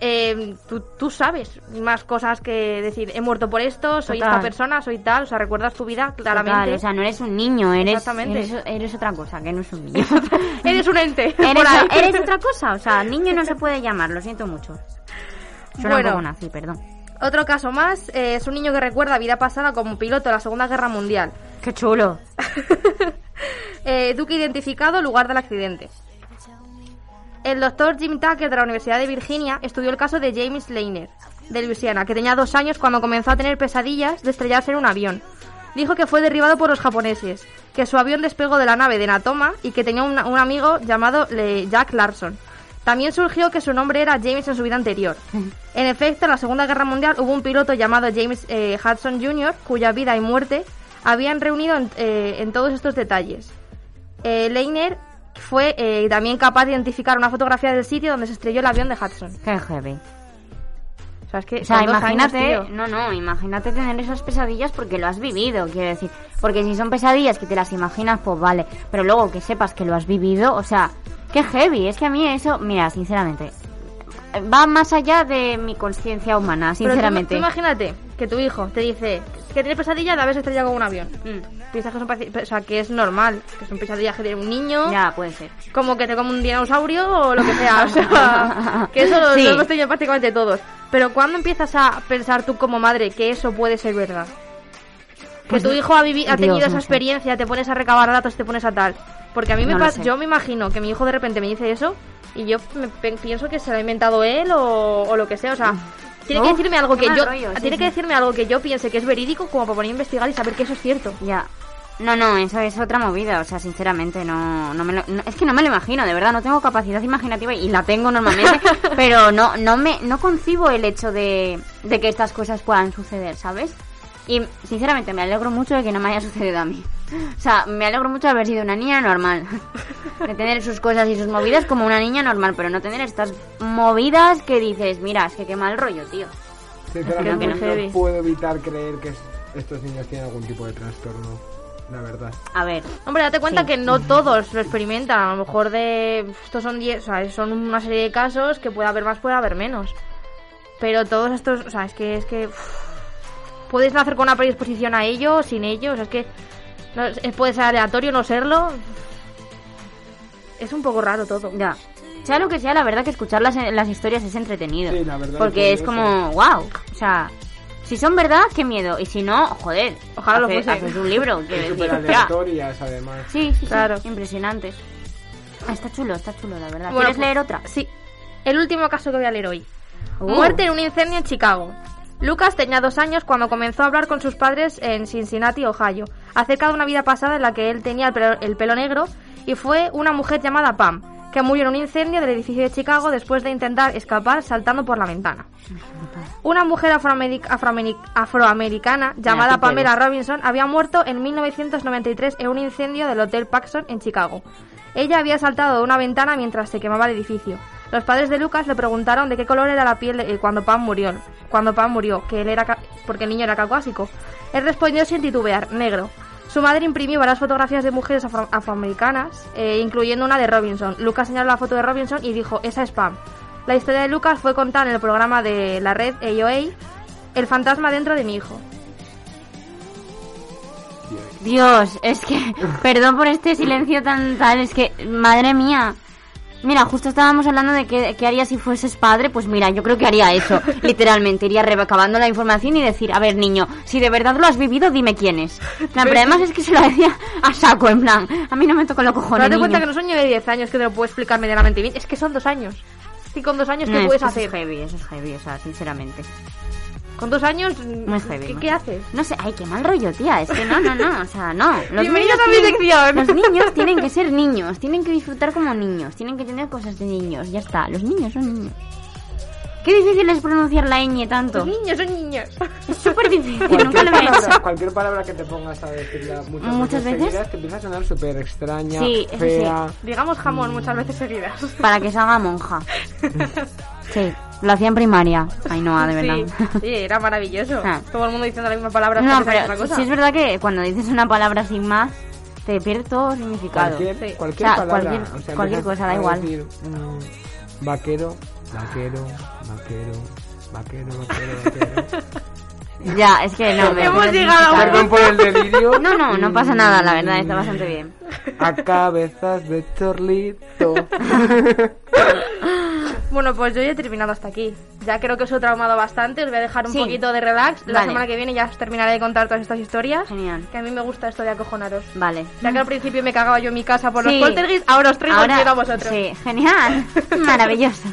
Speaker 5: eh, tú, tú sabes más cosas que decir, he muerto por esto, soy
Speaker 8: Total.
Speaker 5: esta persona, soy tal, o sea, recuerdas tu vida claramente.
Speaker 8: Total, o sea, no eres un niño, eres,
Speaker 5: Exactamente.
Speaker 8: eres, eres otra cosa, que no es un niño.
Speaker 5: <laughs> Eres un ente. por
Speaker 8: eres,
Speaker 5: ahí.
Speaker 8: eres otra cosa, o sea, niño no se puede llamar, lo siento mucho.
Speaker 5: Bueno.
Speaker 8: Suena un poco nazi, perdón.
Speaker 5: Otro caso más eh, es un niño que recuerda vida pasada como piloto de la Segunda Guerra Mundial.
Speaker 8: Qué chulo.
Speaker 5: Eh, Duque identificado, lugar del accidente. El doctor Jim Tucker de la Universidad de Virginia estudió el caso de James Leiner, de Luisiana, que tenía dos años cuando comenzó a tener pesadillas de estrellarse en un avión. Dijo que fue derribado por los japoneses, que su avión despegó de la nave de Natoma y que tenía un, un amigo llamado Le- Jack Larson. También surgió que su nombre era James en su vida anterior. En efecto, en la Segunda Guerra Mundial hubo un piloto llamado James eh, Hudson Jr., cuya vida y muerte habían reunido en- eh, en todos estos detalles. Eh, Leiner fue eh, también capaz de identificar una fotografía del sitio donde se estrelló el avión de Hudson.
Speaker 8: Qué heavy.
Speaker 5: O sea, es que
Speaker 8: O sea,
Speaker 5: con dos
Speaker 8: imagínate,
Speaker 5: años, tío.
Speaker 8: no, no, imagínate tener esas pesadillas porque lo has vivido, quiero decir. Porque si son pesadillas que te las imaginas, pues vale. Pero luego que sepas que lo has vivido, o sea, qué heavy. Es que a mí eso, mira, sinceramente, va más allá de mi conciencia humana,
Speaker 5: Pero tú-
Speaker 8: sinceramente.
Speaker 5: tú imagínate que tu hijo te dice que tiene pesadilla de haberse estrellado con un avión.
Speaker 8: Mm,
Speaker 5: Piensas que, son paci- o sea, que es normal, que son pesadillas que tiene un niño,
Speaker 8: Mm, ya, puede ser.
Speaker 5: como que te come un dinosaurio o lo que sea. O
Speaker 8: <laughs>
Speaker 5: sea, que eso lo-
Speaker 8: Sí.
Speaker 5: lo hemos tenido prácticamente todos. Pero ¿cuándo empiezas a pensar tú como madre que eso puede ser verdad? Que
Speaker 8: Pues
Speaker 5: tu
Speaker 8: no-
Speaker 5: hijo ha, vivi- ha
Speaker 8: Dios,
Speaker 5: tenido
Speaker 8: no
Speaker 5: esa
Speaker 8: sé.
Speaker 5: experiencia, te pones a recabar datos, te pones a tal. Porque a mí me
Speaker 8: No lo
Speaker 5: pas-
Speaker 8: sé.
Speaker 5: yo me imagino que mi hijo de repente me dice eso y yo me pe- pienso que se lo ha inventado él o, o lo que sea. O sea, tiene que
Speaker 8: Uf,
Speaker 5: decirme algo
Speaker 8: qué
Speaker 5: que
Speaker 8: mal
Speaker 5: yo
Speaker 8: rollo, sí,
Speaker 5: tiene
Speaker 8: sí.
Speaker 5: que decirme algo que yo piense que es verídico como para poner a investigar y saber que eso es cierto.
Speaker 8: Ya. No, no, eso es otra movida, o sea, sinceramente, no, no me lo- no- es que no me lo imagino, de verdad, no tengo capacidad imaginativa y la tengo
Speaker 6: <laughs>
Speaker 8: normalmente, pero no, no me, no concibo el hecho de, de que estas cosas puedan suceder, ¿sabes? Y sinceramente me alegro mucho de que no me haya sucedido a mí. O sea, me alegro mucho de haber sido una niña normal. <laughs> De tener sus cosas y sus movidas como una niña normal, pero no tener estas movidas que dices, mira, es que qué mal rollo, tío.
Speaker 6: Sinceramente,
Speaker 8: Creo que
Speaker 5: no.
Speaker 6: no, puedo evitar creer que es- estos niños tienen algún tipo de trastorno, la verdad.
Speaker 8: A ver,
Speaker 5: Hombre, date cuenta
Speaker 8: Sí.
Speaker 5: que no todos lo experimentan. A lo mejor de. Estos son 10, o sea, son una serie de casos que puede haber más, puede haber menos. Pero todos estos. O sea, es que. Es que uff, puedes nacer con una predisposición a ello, sin ello. O sea, es que. no- es- puede ser aleatorio, no serlo. Es un poco raro todo.
Speaker 8: Ya. Sea lo que sea, la verdad que escuchar las, las historias es entretenido.
Speaker 6: Sí, la verdad
Speaker 8: Porque
Speaker 6: es
Speaker 8: es
Speaker 6: que
Speaker 8: como, wow. O sea, si son verdad, qué miedo. Y si no, joder.
Speaker 5: Ojalá lo
Speaker 8: haces-
Speaker 5: fuesen.
Speaker 8: Haces un libro. quiero
Speaker 6: Es
Speaker 8: decir,
Speaker 6: súper
Speaker 8: ya.
Speaker 6: aleatorias, además.
Speaker 8: Sí, sí, sí.
Speaker 5: Claro.
Speaker 8: Impresionantes. Ah, Está chulo, está chulo, la verdad.
Speaker 5: Bueno,
Speaker 8: ¿Quieres
Speaker 5: pues-
Speaker 8: leer otra?
Speaker 5: Sí. El último caso que voy a leer hoy.
Speaker 8: Uh.
Speaker 5: Muerte en un incendio en Chicago. Lucas tenía dos años cuando comenzó a hablar con sus padres en Cincinnati, Ohio, acerca de una vida pasada en la que él tenía el pelo, el pelo negro y fue una mujer llamada Pam, que murió en un incendio del edificio de Chicago después de intentar escapar saltando por la ventana. Una mujer afroameric- afroameric- afroamericana llamada
Speaker 8: tú
Speaker 5: Pamela
Speaker 8: puedes.
Speaker 5: Robinson había muerto en 1993 en un incendio del Hotel Paxson en Chicago. Ella había saltado de una ventana mientras se quemaba el edificio. Los padres de Lucas le preguntaron de qué color era la piel de- eh, cuando Pam murió, cuando Pam murió, que él era ca- porque el niño era caucásico. Él respondió sin titubear, negro. Su madre imprimió varias fotografías de mujeres afro- afroamericanas, eh, incluyendo una de Robinson. Lucas señaló la foto de Robinson y dijo, esa es Pam. La historia de Lucas fue contada en el programa de la red AOA, El fantasma dentro de mi hijo. <laughs>
Speaker 8: Dios, es que. Perdón por este silencio tan tal. Es que, madre mía. Mira, justo estábamos hablando de qué, qué haría si fueses padre. Pues mira, yo creo que
Speaker 5: <laughs>
Speaker 8: haría eso. Literalmente, iría recabando la información y decir, a ver, niño, si de verdad lo has vivido, dime quién es. En plan, pero además es que se lo decía a saco, en plan, a mí no me tocan los
Speaker 5: Pero
Speaker 8: cojones,
Speaker 5: date cuenta
Speaker 8: niño.
Speaker 5: que no son niños de 10 años que te lo puedo explicar medianamente bien. Es que son dos años. Y con dos años,
Speaker 8: No,
Speaker 5: ¿qué
Speaker 8: es
Speaker 5: puedes
Speaker 8: que eso
Speaker 5: hacer?
Speaker 8: Es heavy, eso es heavy, o sea, sinceramente.
Speaker 5: Con dos años,
Speaker 8: Muy heavy.
Speaker 5: ¿qué,
Speaker 8: muy
Speaker 5: qué
Speaker 8: heavy.
Speaker 5: haces?
Speaker 8: No sé, ay, qué mal rollo, tía. Es que no, no, no, o sea, no. Los
Speaker 5: Bienvenidos
Speaker 8: niños
Speaker 5: a mi
Speaker 8: tienen-
Speaker 5: sección.
Speaker 8: Los niños tienen que ser niños, tienen que disfrutar como niños, tienen que tener cosas de niños, ya está. Los niños son niños. Qué difícil es pronunciar la ñ tanto.
Speaker 5: <laughs> Los niños son niños.
Speaker 8: Es súper difícil, nunca lo he hecho.
Speaker 6: palabra, cualquier palabra que te pongas a decirla muchas,
Speaker 8: Muchas veces.
Speaker 6: seguidas te empieza a sonar súper extraña,
Speaker 8: Sí, eso sí.
Speaker 6: fea.
Speaker 5: Digamos jamón muchas veces seguidas.
Speaker 8: Para que se haga monja. Sí, lo hacía en primaria. Ay, no, Ah, de verdad.
Speaker 5: Sí, sí, era maravilloso.
Speaker 8: Ah.
Speaker 5: Todo el mundo diciendo la misma palabra.
Speaker 8: No,
Speaker 5: hasta que sale
Speaker 8: pero
Speaker 5: otra cosa.
Speaker 8: sí es verdad que cuando dices una palabra sin más, te pierde todo significado.
Speaker 6: Cualquier,
Speaker 5: Sí.
Speaker 6: cualquier
Speaker 8: O sea,
Speaker 6: palabra.
Speaker 8: cualquier-
Speaker 6: o sea,
Speaker 8: cualquier
Speaker 6: empiezas
Speaker 8: cosa, da
Speaker 6: a
Speaker 8: igual.
Speaker 6: decir, mm, vaquero, vaquero, vaquero, vaquero, vaquero, vaquero.
Speaker 8: Ya, es que no. me
Speaker 5: Hemos
Speaker 8: pierde
Speaker 5: llegado a un
Speaker 6: Perdón
Speaker 8: significado.
Speaker 6: por el delirio. Mm,
Speaker 8: No, no, no pasa nada, la verdad, está bastante
Speaker 5: Mm.
Speaker 8: bien.
Speaker 6: A cabezas de chorlito.
Speaker 5: Bueno, pues yo ya he terminado hasta aquí. Ya creo que os he traumado bastante. Os voy a dejar un
Speaker 8: Sí.
Speaker 5: poquito de relax. La
Speaker 8: Vale.
Speaker 5: semana que viene ya os terminaré de contar todas estas historias.
Speaker 8: Genial.
Speaker 5: Que a mí me gusta esto de acojonaros.
Speaker 8: Vale.
Speaker 5: Ya que al principio me cagaba yo en mi casa por
Speaker 8: Sí.
Speaker 5: los poltergeist, ahora os traigo el miedo a vosotros.
Speaker 8: sí, genial.
Speaker 5: <laughs>
Speaker 8: Maravilloso.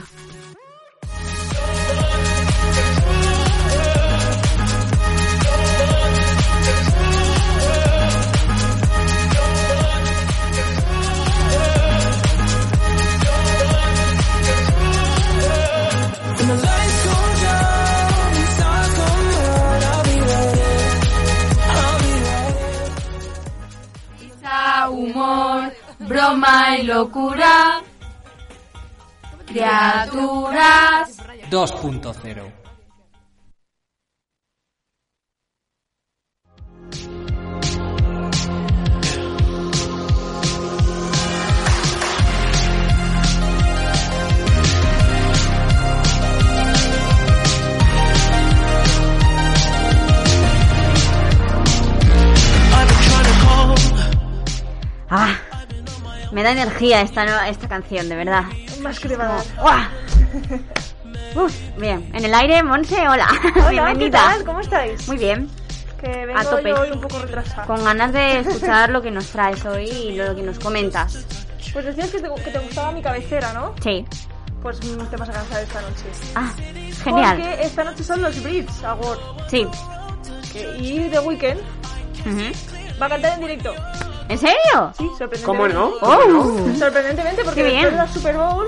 Speaker 9: When the lights go down and stars come out, I'll be ready. I'll be ready.
Speaker 10: risa, humor, broma y locura. Criaturas
Speaker 11: 2.0.
Speaker 8: Ah, me da energía esta, nueva- esta canción, de verdad.
Speaker 5: Más que te va a dar.
Speaker 8: ¡Guau! Uf, bien, en el aire, Monse, hola. <laughs> Bienvenida.
Speaker 5: ¿Cómo estáis?
Speaker 8: Muy bien,
Speaker 5: Que
Speaker 8: A tope.
Speaker 5: yo un poco retrasada.
Speaker 8: con ganas de escuchar lo que nos traes hoy y lo que nos comentas.
Speaker 5: Pues decías que te, que te gustaba mi cabecera, ¿no?
Speaker 8: Sí.
Speaker 5: Pues mm, te vas a cansar esta noche.
Speaker 8: Ah, genial.
Speaker 5: Porque esta noche son los Brits, Agor.
Speaker 8: Sí.
Speaker 5: Que- Y The Weeknd
Speaker 8: Ujú.
Speaker 5: va a cantar en directo.
Speaker 8: ¿En serio?
Speaker 5: Sí, sorprendentemente.
Speaker 6: ¿Cómo no?
Speaker 8: ¡Oh!
Speaker 5: Sorprendentemente porque
Speaker 8: Qué bien.
Speaker 5: después de la Super Bowl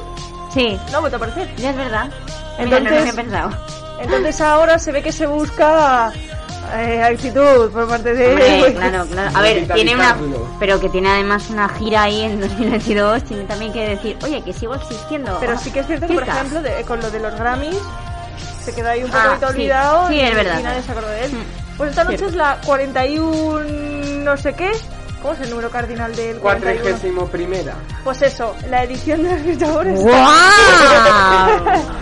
Speaker 8: Sí,
Speaker 5: no ha vuelto a aparecer.
Speaker 8: ya es verdad. Mira, no lo había
Speaker 12: Entonces,
Speaker 8: pensado.
Speaker 12: entonces ahora se ve que se busca eh, actitud por parte
Speaker 5: eh,
Speaker 12: de
Speaker 8: Hombre, claro, claro. A ver, tiene una.
Speaker 6: Revitalizarlo.
Speaker 8: Pero que tiene además una gira ahí en <laughs> 2022. Tiene también que decir, oye, que sigo existiendo.
Speaker 12: Pero sí que es cierto que, por
Speaker 8: Chicas.
Speaker 12: ejemplo, de- eh, con lo de los Grammys se quedó ahí un
Speaker 8: Ah,
Speaker 12: poquito
Speaker 8: sí.
Speaker 12: olvidado
Speaker 8: Sí,
Speaker 12: y,
Speaker 8: es verdad.
Speaker 12: y nadie se acordó de él.
Speaker 8: Mm.
Speaker 12: Pues esta noche
Speaker 8: Cierto.
Speaker 12: es la 41 no sé qué. ¿Cómo es el número cardinal del 41?
Speaker 6: Cuadragésimo primera.
Speaker 12: Pues eso, la edición de los Vengadores
Speaker 8: ¡Guau!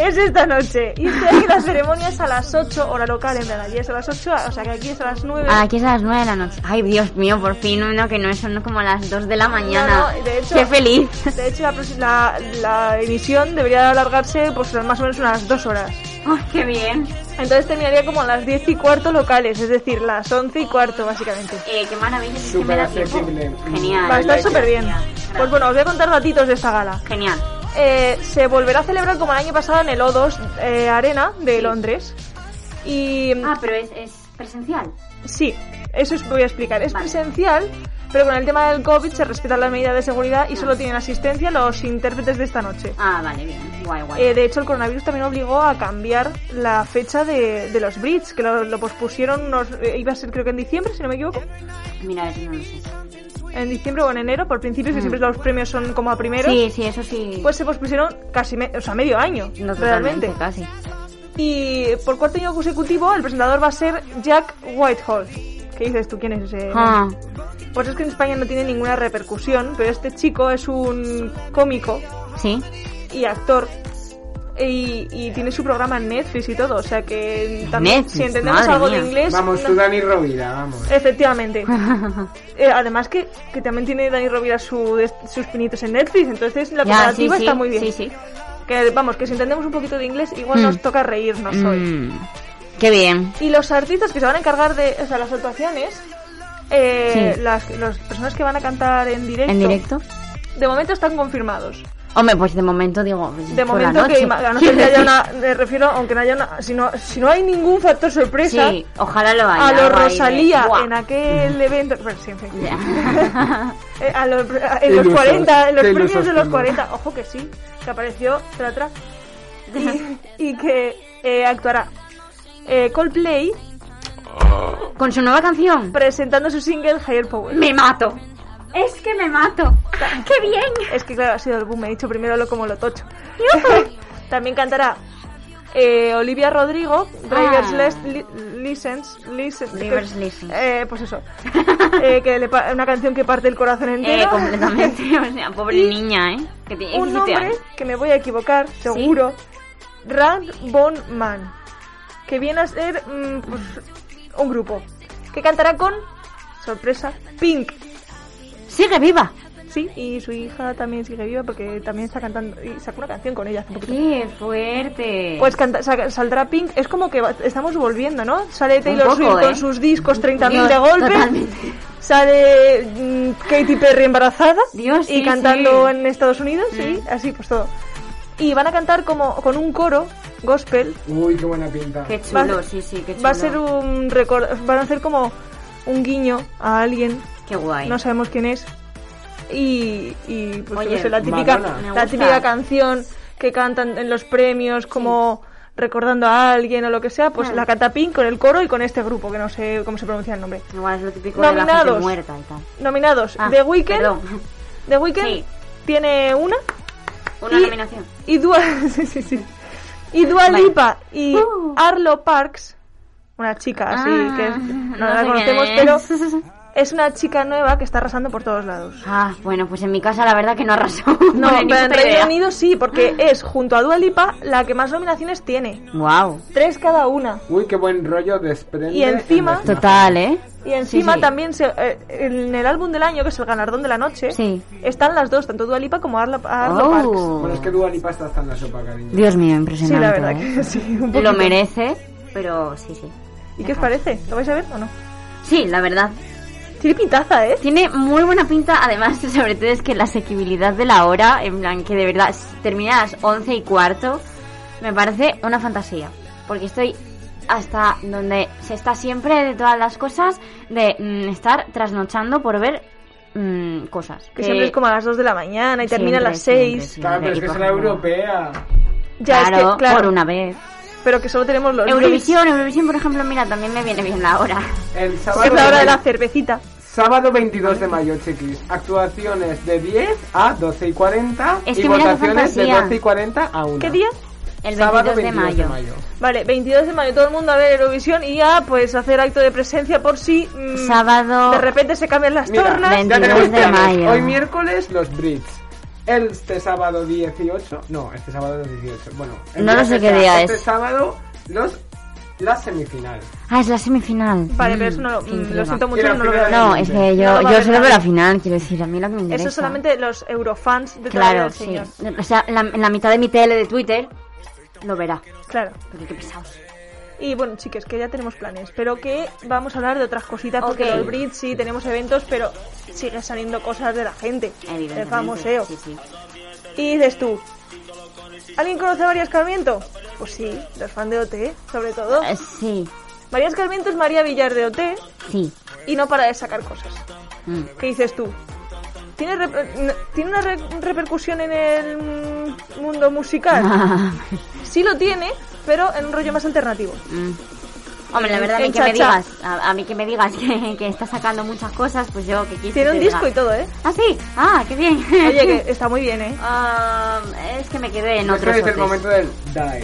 Speaker 12: es esta noche. Y este año la ceremonia es a las 8, hora local, en plan, allí es a las 8, o sea que aquí es a las 9.
Speaker 8: Ah, Aquí es a las 9 de la noche. Ay, Dios mío, por fin uno que no es son como las 2 de la mañana.
Speaker 12: No, no, de hecho-
Speaker 8: Qué feliz.
Speaker 12: De hecho, la, prosi- la, la emisión debería alargarse pues más o menos unas dos horas.
Speaker 8: Ay, qué bien.
Speaker 12: Entonces terminaría como a las 10 y cuarto locales, es decir, las 11 y cuarto básicamente.
Speaker 8: Eh, qué maravilla. es que me
Speaker 6: Súper
Speaker 8: da tiempo.
Speaker 6: asequible.
Speaker 8: Genial.
Speaker 12: Va a estar
Speaker 6: like
Speaker 12: súper bien. Pues bueno, os voy a contar datitos de esta gala.
Speaker 8: Genial.
Speaker 12: Eh, se volverá a celebrar como el año pasado en el O2 eh, Arena de Londres. Y
Speaker 8: Ah, pero es, es presencial.
Speaker 12: sí, eso os voy a explicar. Es
Speaker 8: Vale.
Speaker 12: presencial, pero con el tema del COVID se respetan las medidas de seguridad y solo tienen asistencia los intérpretes de esta noche.
Speaker 8: Ah, vale, bien. Guay, guay.
Speaker 12: Eh, de hecho, el coronavirus también obligó a cambiar la fecha de, de los Brits, que lo, lo pospusieron, unos, eh, iba a ser creo que en diciembre, si no me equivoco. Eh,
Speaker 8: Mira, eso no lo sé. Mm.
Speaker 12: En diciembre o en enero, por principio, que siempre los premios son como a primeros.
Speaker 8: Sí, sí, eso sí.
Speaker 12: Pues se pospusieron casi me- o sea, medio año,
Speaker 8: no, totalmente,
Speaker 12: Pues,
Speaker 8: casi.
Speaker 12: realmente. Y por cuarto año consecutivo, el presentador va a ser Jack Whitehall. ¿Qué dices tú? ¿Quién es ese?
Speaker 8: Ah,
Speaker 12: Pues es que en España no tiene ninguna repercusión, pero este chico es un cómico
Speaker 8: sí.
Speaker 12: y actor y, y tiene su programa en Netflix y todo. O sea que también
Speaker 3: Netflix,
Speaker 12: si entendemos
Speaker 3: madre
Speaker 12: algo
Speaker 3: mía.
Speaker 12: de inglés.
Speaker 6: Vamos,
Speaker 12: no-
Speaker 6: tú, Dani Rovira,
Speaker 3: <laughs>
Speaker 6: vamos.
Speaker 12: Efectivamente. Eh, además que, que también tiene Dani Rovira su, de- sus pinitos en Netflix, entonces
Speaker 3: Ya,
Speaker 12: la
Speaker 3: sí,
Speaker 12: comparativa
Speaker 3: sí,
Speaker 12: está muy bien.
Speaker 3: sí, Hmm. sí.
Speaker 12: Que vamos, que si entendemos un poquito de inglés, igual nos toca reírnos hoy.
Speaker 3: Mm, qué bien.
Speaker 12: Y los artistas que se van a encargar de o sea, las actuaciones, eh,
Speaker 3: Sí.
Speaker 12: las, las personas que van a cantar en directo,
Speaker 3: ¿En directo?
Speaker 12: de momento están confirmados.
Speaker 3: Hombre, pues de momento digo.
Speaker 12: De
Speaker 3: por la
Speaker 12: momento
Speaker 3: noche.
Speaker 12: que, ima- a no ser que
Speaker 3: <laughs>
Speaker 12: haya una, me refiero, aunque no haya una, si no, si no hay ningún factor sorpresa,
Speaker 3: Sí, ojalá lo haya.
Speaker 12: a
Speaker 3: algo
Speaker 12: lo
Speaker 3: ahí de-
Speaker 12: Rosalía
Speaker 3: Buah.
Speaker 8: <laughs>
Speaker 12: en aquel evento, bueno, sí, en fin.
Speaker 3: Ya.
Speaker 12: Eh, a los- a-
Speaker 6: Qué
Speaker 12: en los
Speaker 6: ilusos,
Speaker 12: 40, en los
Speaker 6: qué
Speaker 12: premios
Speaker 6: ilusos
Speaker 12: de los
Speaker 6: tengo.
Speaker 12: 40, ojo que sí, que apareció tra, tra, <laughs> y, y que eh, actuará eh, Coldplay
Speaker 6: Ah.
Speaker 3: Con su nueva canción.
Speaker 12: presentando su single Higher Power.
Speaker 3: Me mato. Es que me
Speaker 12: <laughs>
Speaker 3: mato. ¡Ah, ¡Qué bien!
Speaker 12: Es que claro, ha sido el boom, me he dicho primero lo como lo
Speaker 3: <laughs>
Speaker 12: tocho. También cantará eh, Olivia Rodrigo, Driver's
Speaker 3: Ah.
Speaker 12: Les- Li- License, Listen-
Speaker 3: Driver's
Speaker 12: que-
Speaker 3: License.
Speaker 12: eh, pues eso.
Speaker 3: <laughs>
Speaker 12: Eh, que le pa- una canción que parte el corazón entero.
Speaker 3: Eh, completamente.
Speaker 8: <laughs>
Speaker 3: O sea, pobre
Speaker 12: Y
Speaker 3: niña, ¿eh? Que tiene
Speaker 12: <laughs> un
Speaker 3: 17
Speaker 12: nombre
Speaker 3: años.
Speaker 12: que me voy a equivocar, seguro. Rand Von Man. Que viene a ser mm, pues, un grupo. Que cantará con, sorpresa, Pink.
Speaker 3: ¡Sigue viva!
Speaker 12: Sí, y su hija también sigue viva porque también está cantando y sacó una canción con ella hace poquito.
Speaker 3: ¡Qué fuerte!
Speaker 12: Pues canta- sa- saldrá Pink, es como que va- estamos volviendo, ¿no? Sale Taylor
Speaker 3: poco,
Speaker 12: Swift
Speaker 3: ¿eh?
Speaker 12: con sus discos 30.000 de
Speaker 3: Dios,
Speaker 12: golpe.
Speaker 3: totalmente.
Speaker 12: Sale mm, Katy Perry embarazada
Speaker 3: Dios,
Speaker 12: y
Speaker 3: sí,
Speaker 12: cantando
Speaker 3: sí. Mm.
Speaker 12: en Estados Unidos y así pues todo. Y van a cantar como con un coro gospel.
Speaker 6: Uy, qué buena pinta.
Speaker 3: Qué chulo,
Speaker 12: va-
Speaker 3: sí, sí, qué chulo.
Speaker 12: Va a ser un record, van a hacer como un guiño a alguien,
Speaker 3: Qué guay.
Speaker 12: no sabemos quién es. Y, y pues
Speaker 3: Oye,
Speaker 12: yo qué sé, la típica
Speaker 6: Madonna. Me
Speaker 12: la
Speaker 3: gusta.
Speaker 12: típica canción que cantan en los premios como recordando a alguien o lo que sea, pues
Speaker 3: Ah.
Speaker 12: la canta Pink con el coro y con este grupo que no sé cómo se pronuncia el nombre.
Speaker 3: Igual es lo típico de la gente
Speaker 12: Nominados.
Speaker 3: muerta y tal.
Speaker 12: Nominados
Speaker 3: Ah,
Speaker 12: The Weeknd,
Speaker 3: perdón.
Speaker 12: <laughs> The Weeknd
Speaker 3: Sí.
Speaker 12: tiene una
Speaker 3: Una
Speaker 12: Y-
Speaker 3: nominación.
Speaker 12: y Dua, <laughs> sí, sí, sí. Y Dua
Speaker 3: Vale.
Speaker 12: Lipa y
Speaker 3: Uh.
Speaker 12: Arlo Parks, una chica así
Speaker 3: Ah,
Speaker 12: que
Speaker 3: no
Speaker 12: no,
Speaker 3: sé
Speaker 12: la conocemos,
Speaker 3: quién
Speaker 12: pero
Speaker 3: es. <laughs>
Speaker 12: es una chica nueva que está arrasando por todos lados.
Speaker 3: Ah, bueno, pues en mi casa la verdad que no arrasó. <laughs> Bueno,
Speaker 12: No,
Speaker 3: Ah. ni
Speaker 12: pero en
Speaker 3: puta idea.
Speaker 12: Reino Unido sí, porque es junto a Dua Lipa la que más nominaciones tiene,
Speaker 3: Wow.
Speaker 12: tres cada una.
Speaker 6: Uy, qué buen rollo desprende.
Speaker 12: Y encima-
Speaker 6: en las
Speaker 3: Total, ¿eh?
Speaker 12: Y encima
Speaker 3: Sí, sí.
Speaker 12: también se- eh, en el álbum del año, que es el ganardón de la noche,
Speaker 3: Sí.
Speaker 12: están las dos, tanto Dua Lipa como Arlo, Arlo Parks.
Speaker 3: Oh.
Speaker 6: Bueno, es que Dua Lipa está hasta en la sopa, cariño.
Speaker 3: Dios mío,
Speaker 12: Sí,
Speaker 3: impresionante.
Speaker 12: la verdad
Speaker 3: ¿eh?
Speaker 12: que <laughs> sí. un
Speaker 3: Lo
Speaker 12: poquito.
Speaker 3: merece, pero sí, sí.
Speaker 12: ¿Y qué os parece? ¿Lo vais a ver o no?
Speaker 3: Sí, la verdad.
Speaker 12: Tiene pintaza, ¿eh?
Speaker 3: Tiene muy buena pinta, además, <laughs> sobre todo es que la asequibilidad de la hora, en plan que de verdad s- termina a las 11 y cuarto, me parece una fantasía. Porque estoy hasta donde se está siempre de todas las cosas, de mm, estar trasnochando por ver mm, cosas.
Speaker 12: Que siempre es como a las 2 de la mañana y termina a las 6.
Speaker 6: Claro, pero es que es la europea.
Speaker 12: Ya
Speaker 3: claro,
Speaker 12: es que, claro,
Speaker 3: por una vez.
Speaker 12: pero que solo tenemos los Eurovisión.
Speaker 3: Eurovisión, Eurovisión, por ejemplo, mira, también me viene bien la hora.
Speaker 6: El sábado,
Speaker 12: Es la hora de la cervecita.
Speaker 6: sábado 22 de mayo, chiquis. Actuaciones de 10 a 12 y 40
Speaker 3: Es
Speaker 6: y
Speaker 3: que mira qué
Speaker 6: votaciones de
Speaker 3: fantasía.
Speaker 6: 12 y 40 a 1.
Speaker 12: ¿Qué día?
Speaker 3: El 22,
Speaker 6: sábado 22
Speaker 3: de mayo.
Speaker 12: Vale, 22 de mayo, todo el mundo a ver Eurovisión y ya, pues, hacer acto de presencia por si... mm,
Speaker 3: Sábado.
Speaker 12: De repente se cambian las
Speaker 6: Mira,
Speaker 12: tornas.
Speaker 6: ya
Speaker 3: 22
Speaker 6: tenemos
Speaker 3: de
Speaker 6: planes.
Speaker 3: mayo.
Speaker 6: Hoy miércoles los Brits. Este sábado 18. No, este sábado no es 18. Bueno, el
Speaker 3: No lo
Speaker 6: día
Speaker 3: sé
Speaker 6: que
Speaker 3: qué
Speaker 6: sea,
Speaker 3: día
Speaker 6: este
Speaker 3: es.
Speaker 6: sábado los la semifinal.
Speaker 3: Ah, es la semifinal.
Speaker 12: Vale,
Speaker 3: Mm,
Speaker 12: pero eso no lo,
Speaker 3: qué
Speaker 12: mm,
Speaker 3: intriga.
Speaker 12: lo siento
Speaker 6: Y
Speaker 12: mucho,
Speaker 6: la
Speaker 12: pero no lo
Speaker 6: primera
Speaker 12: veo.
Speaker 6: vez.
Speaker 3: No, es que yo,
Speaker 12: No lo va a
Speaker 3: yo
Speaker 12: ver
Speaker 3: solo veo
Speaker 12: nadie.
Speaker 3: la final, quiero decir, a mí lo que me interesa.
Speaker 12: Eso solamente los eurofans de toda la vida
Speaker 3: Claro,
Speaker 12: del
Speaker 3: sí.
Speaker 12: señor.
Speaker 3: O sea, la, la mitad de mi tele de Twitter lo verá.
Speaker 12: Claro.
Speaker 3: Pero qué pesados.
Speaker 12: Y bueno, chicas, que ya tenemos planes, pero que vamos a hablar de otras cositas, porque
Speaker 3: Ok.
Speaker 12: los Brits sí tenemos eventos, pero sigue saliendo cosas de la gente,
Speaker 3: Evidentemente.
Speaker 12: del famoseo.
Speaker 3: Sí, sí.
Speaker 12: Y dices tú, ¿alguien conoce a María Escarmiento? Pues sí, los fans de OT, sobre todo.
Speaker 3: Eh, sí,
Speaker 12: María Escarmiento es María Villar de OT
Speaker 3: sí.
Speaker 12: y no para de sacar cosas.
Speaker 3: Mm.
Speaker 12: ¿Qué dices tú? ¿Tiene, rep- n- ¿tiene una re- repercusión en el mm, mundo musical? Sí lo tiene, pero en un rollo más alternativo.
Speaker 3: Mm. Hombre, la verdad, a mí
Speaker 12: En
Speaker 3: que me
Speaker 12: cha-cha.
Speaker 3: digas, a, a mí que me digas que, que está sacando muchas cosas, pues yo que quise.
Speaker 12: Tiene un
Speaker 3: te
Speaker 12: disco
Speaker 3: diga.
Speaker 12: y todo, ¿eh?
Speaker 3: Ah, sí. Ah, qué bien. <laughs>
Speaker 12: Oye, que está muy bien, ¿eh?
Speaker 3: Ah, es que me quedé en
Speaker 6: Este
Speaker 3: otros
Speaker 6: es el
Speaker 3: hotes.
Speaker 6: momento del dive. Ya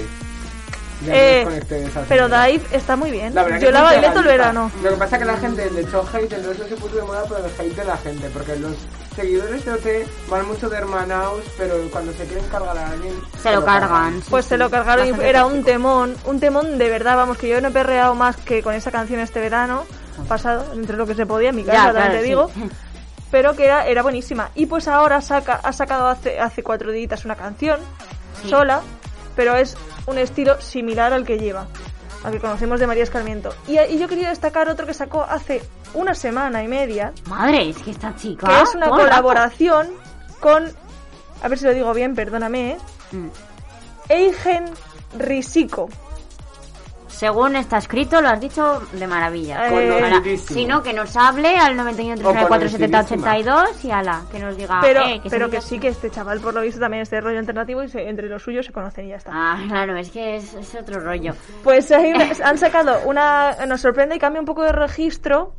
Speaker 6: me
Speaker 12: Eh,
Speaker 6: desconecté de esa
Speaker 12: pero
Speaker 6: señora.
Speaker 12: Dive está muy bien.
Speaker 6: La verdad
Speaker 12: Yo
Speaker 6: que
Speaker 12: la
Speaker 6: es muy
Speaker 12: bailé todo el
Speaker 6: pegadita.
Speaker 12: verano.
Speaker 6: Lo que pasa es que la gente le echó hate, entonces no se puso de moda por el hate de la gente, porque los seguidores de OT van mucho de hermanaos, pero cuando se quieren cargar a alguien...
Speaker 3: Se lo cargan. sí,
Speaker 12: Pues se
Speaker 3: sí.
Speaker 12: lo cargaron y
Speaker 3: Bastante
Speaker 12: era un
Speaker 3: tóxico.
Speaker 12: temón, un temón de verdad, vamos, que yo no he perreado más que con esa canción este verano pasado, entre lo que se podía en mi
Speaker 3: Ah. Ya,
Speaker 12: casa, también
Speaker 3: claro,
Speaker 12: te
Speaker 3: sí.
Speaker 12: digo,
Speaker 3: <laughs>
Speaker 12: pero que era, era buenísima. Y pues ahora saca, ha sacado hace, hace cuatro días una canción sola, pero es un estilo similar al que lleva, al que conocemos de María Escarmiento. Y, y yo quería destacar otro que sacó hace una semana y media,
Speaker 3: Madre, es que esta chica.
Speaker 12: que es una
Speaker 3: todo el rato.
Speaker 12: colaboración con, a ver si lo digo bien, perdóname, ¿eh?
Speaker 3: Mm.
Speaker 12: Eigen Risico.
Speaker 3: Según está escrito, lo has dicho de maravilla.
Speaker 12: Eh,
Speaker 3: Ahora,
Speaker 6: Conocidísimo.
Speaker 3: si no, que nos hable al 91 34 70 82 y ala, que nos diga.
Speaker 12: Pero,
Speaker 3: eh, que
Speaker 12: pero
Speaker 3: se
Speaker 12: que
Speaker 3: diga-
Speaker 12: sí que este chaval, por lo visto, también es de rollo alternativo y se- entre los suyos se conocen y ya está.
Speaker 3: Ah, claro, es que es, es otro rollo.
Speaker 12: Pues hay
Speaker 3: <laughs>
Speaker 12: una- han sacado una. Nos sorprende y cambia un poco de registro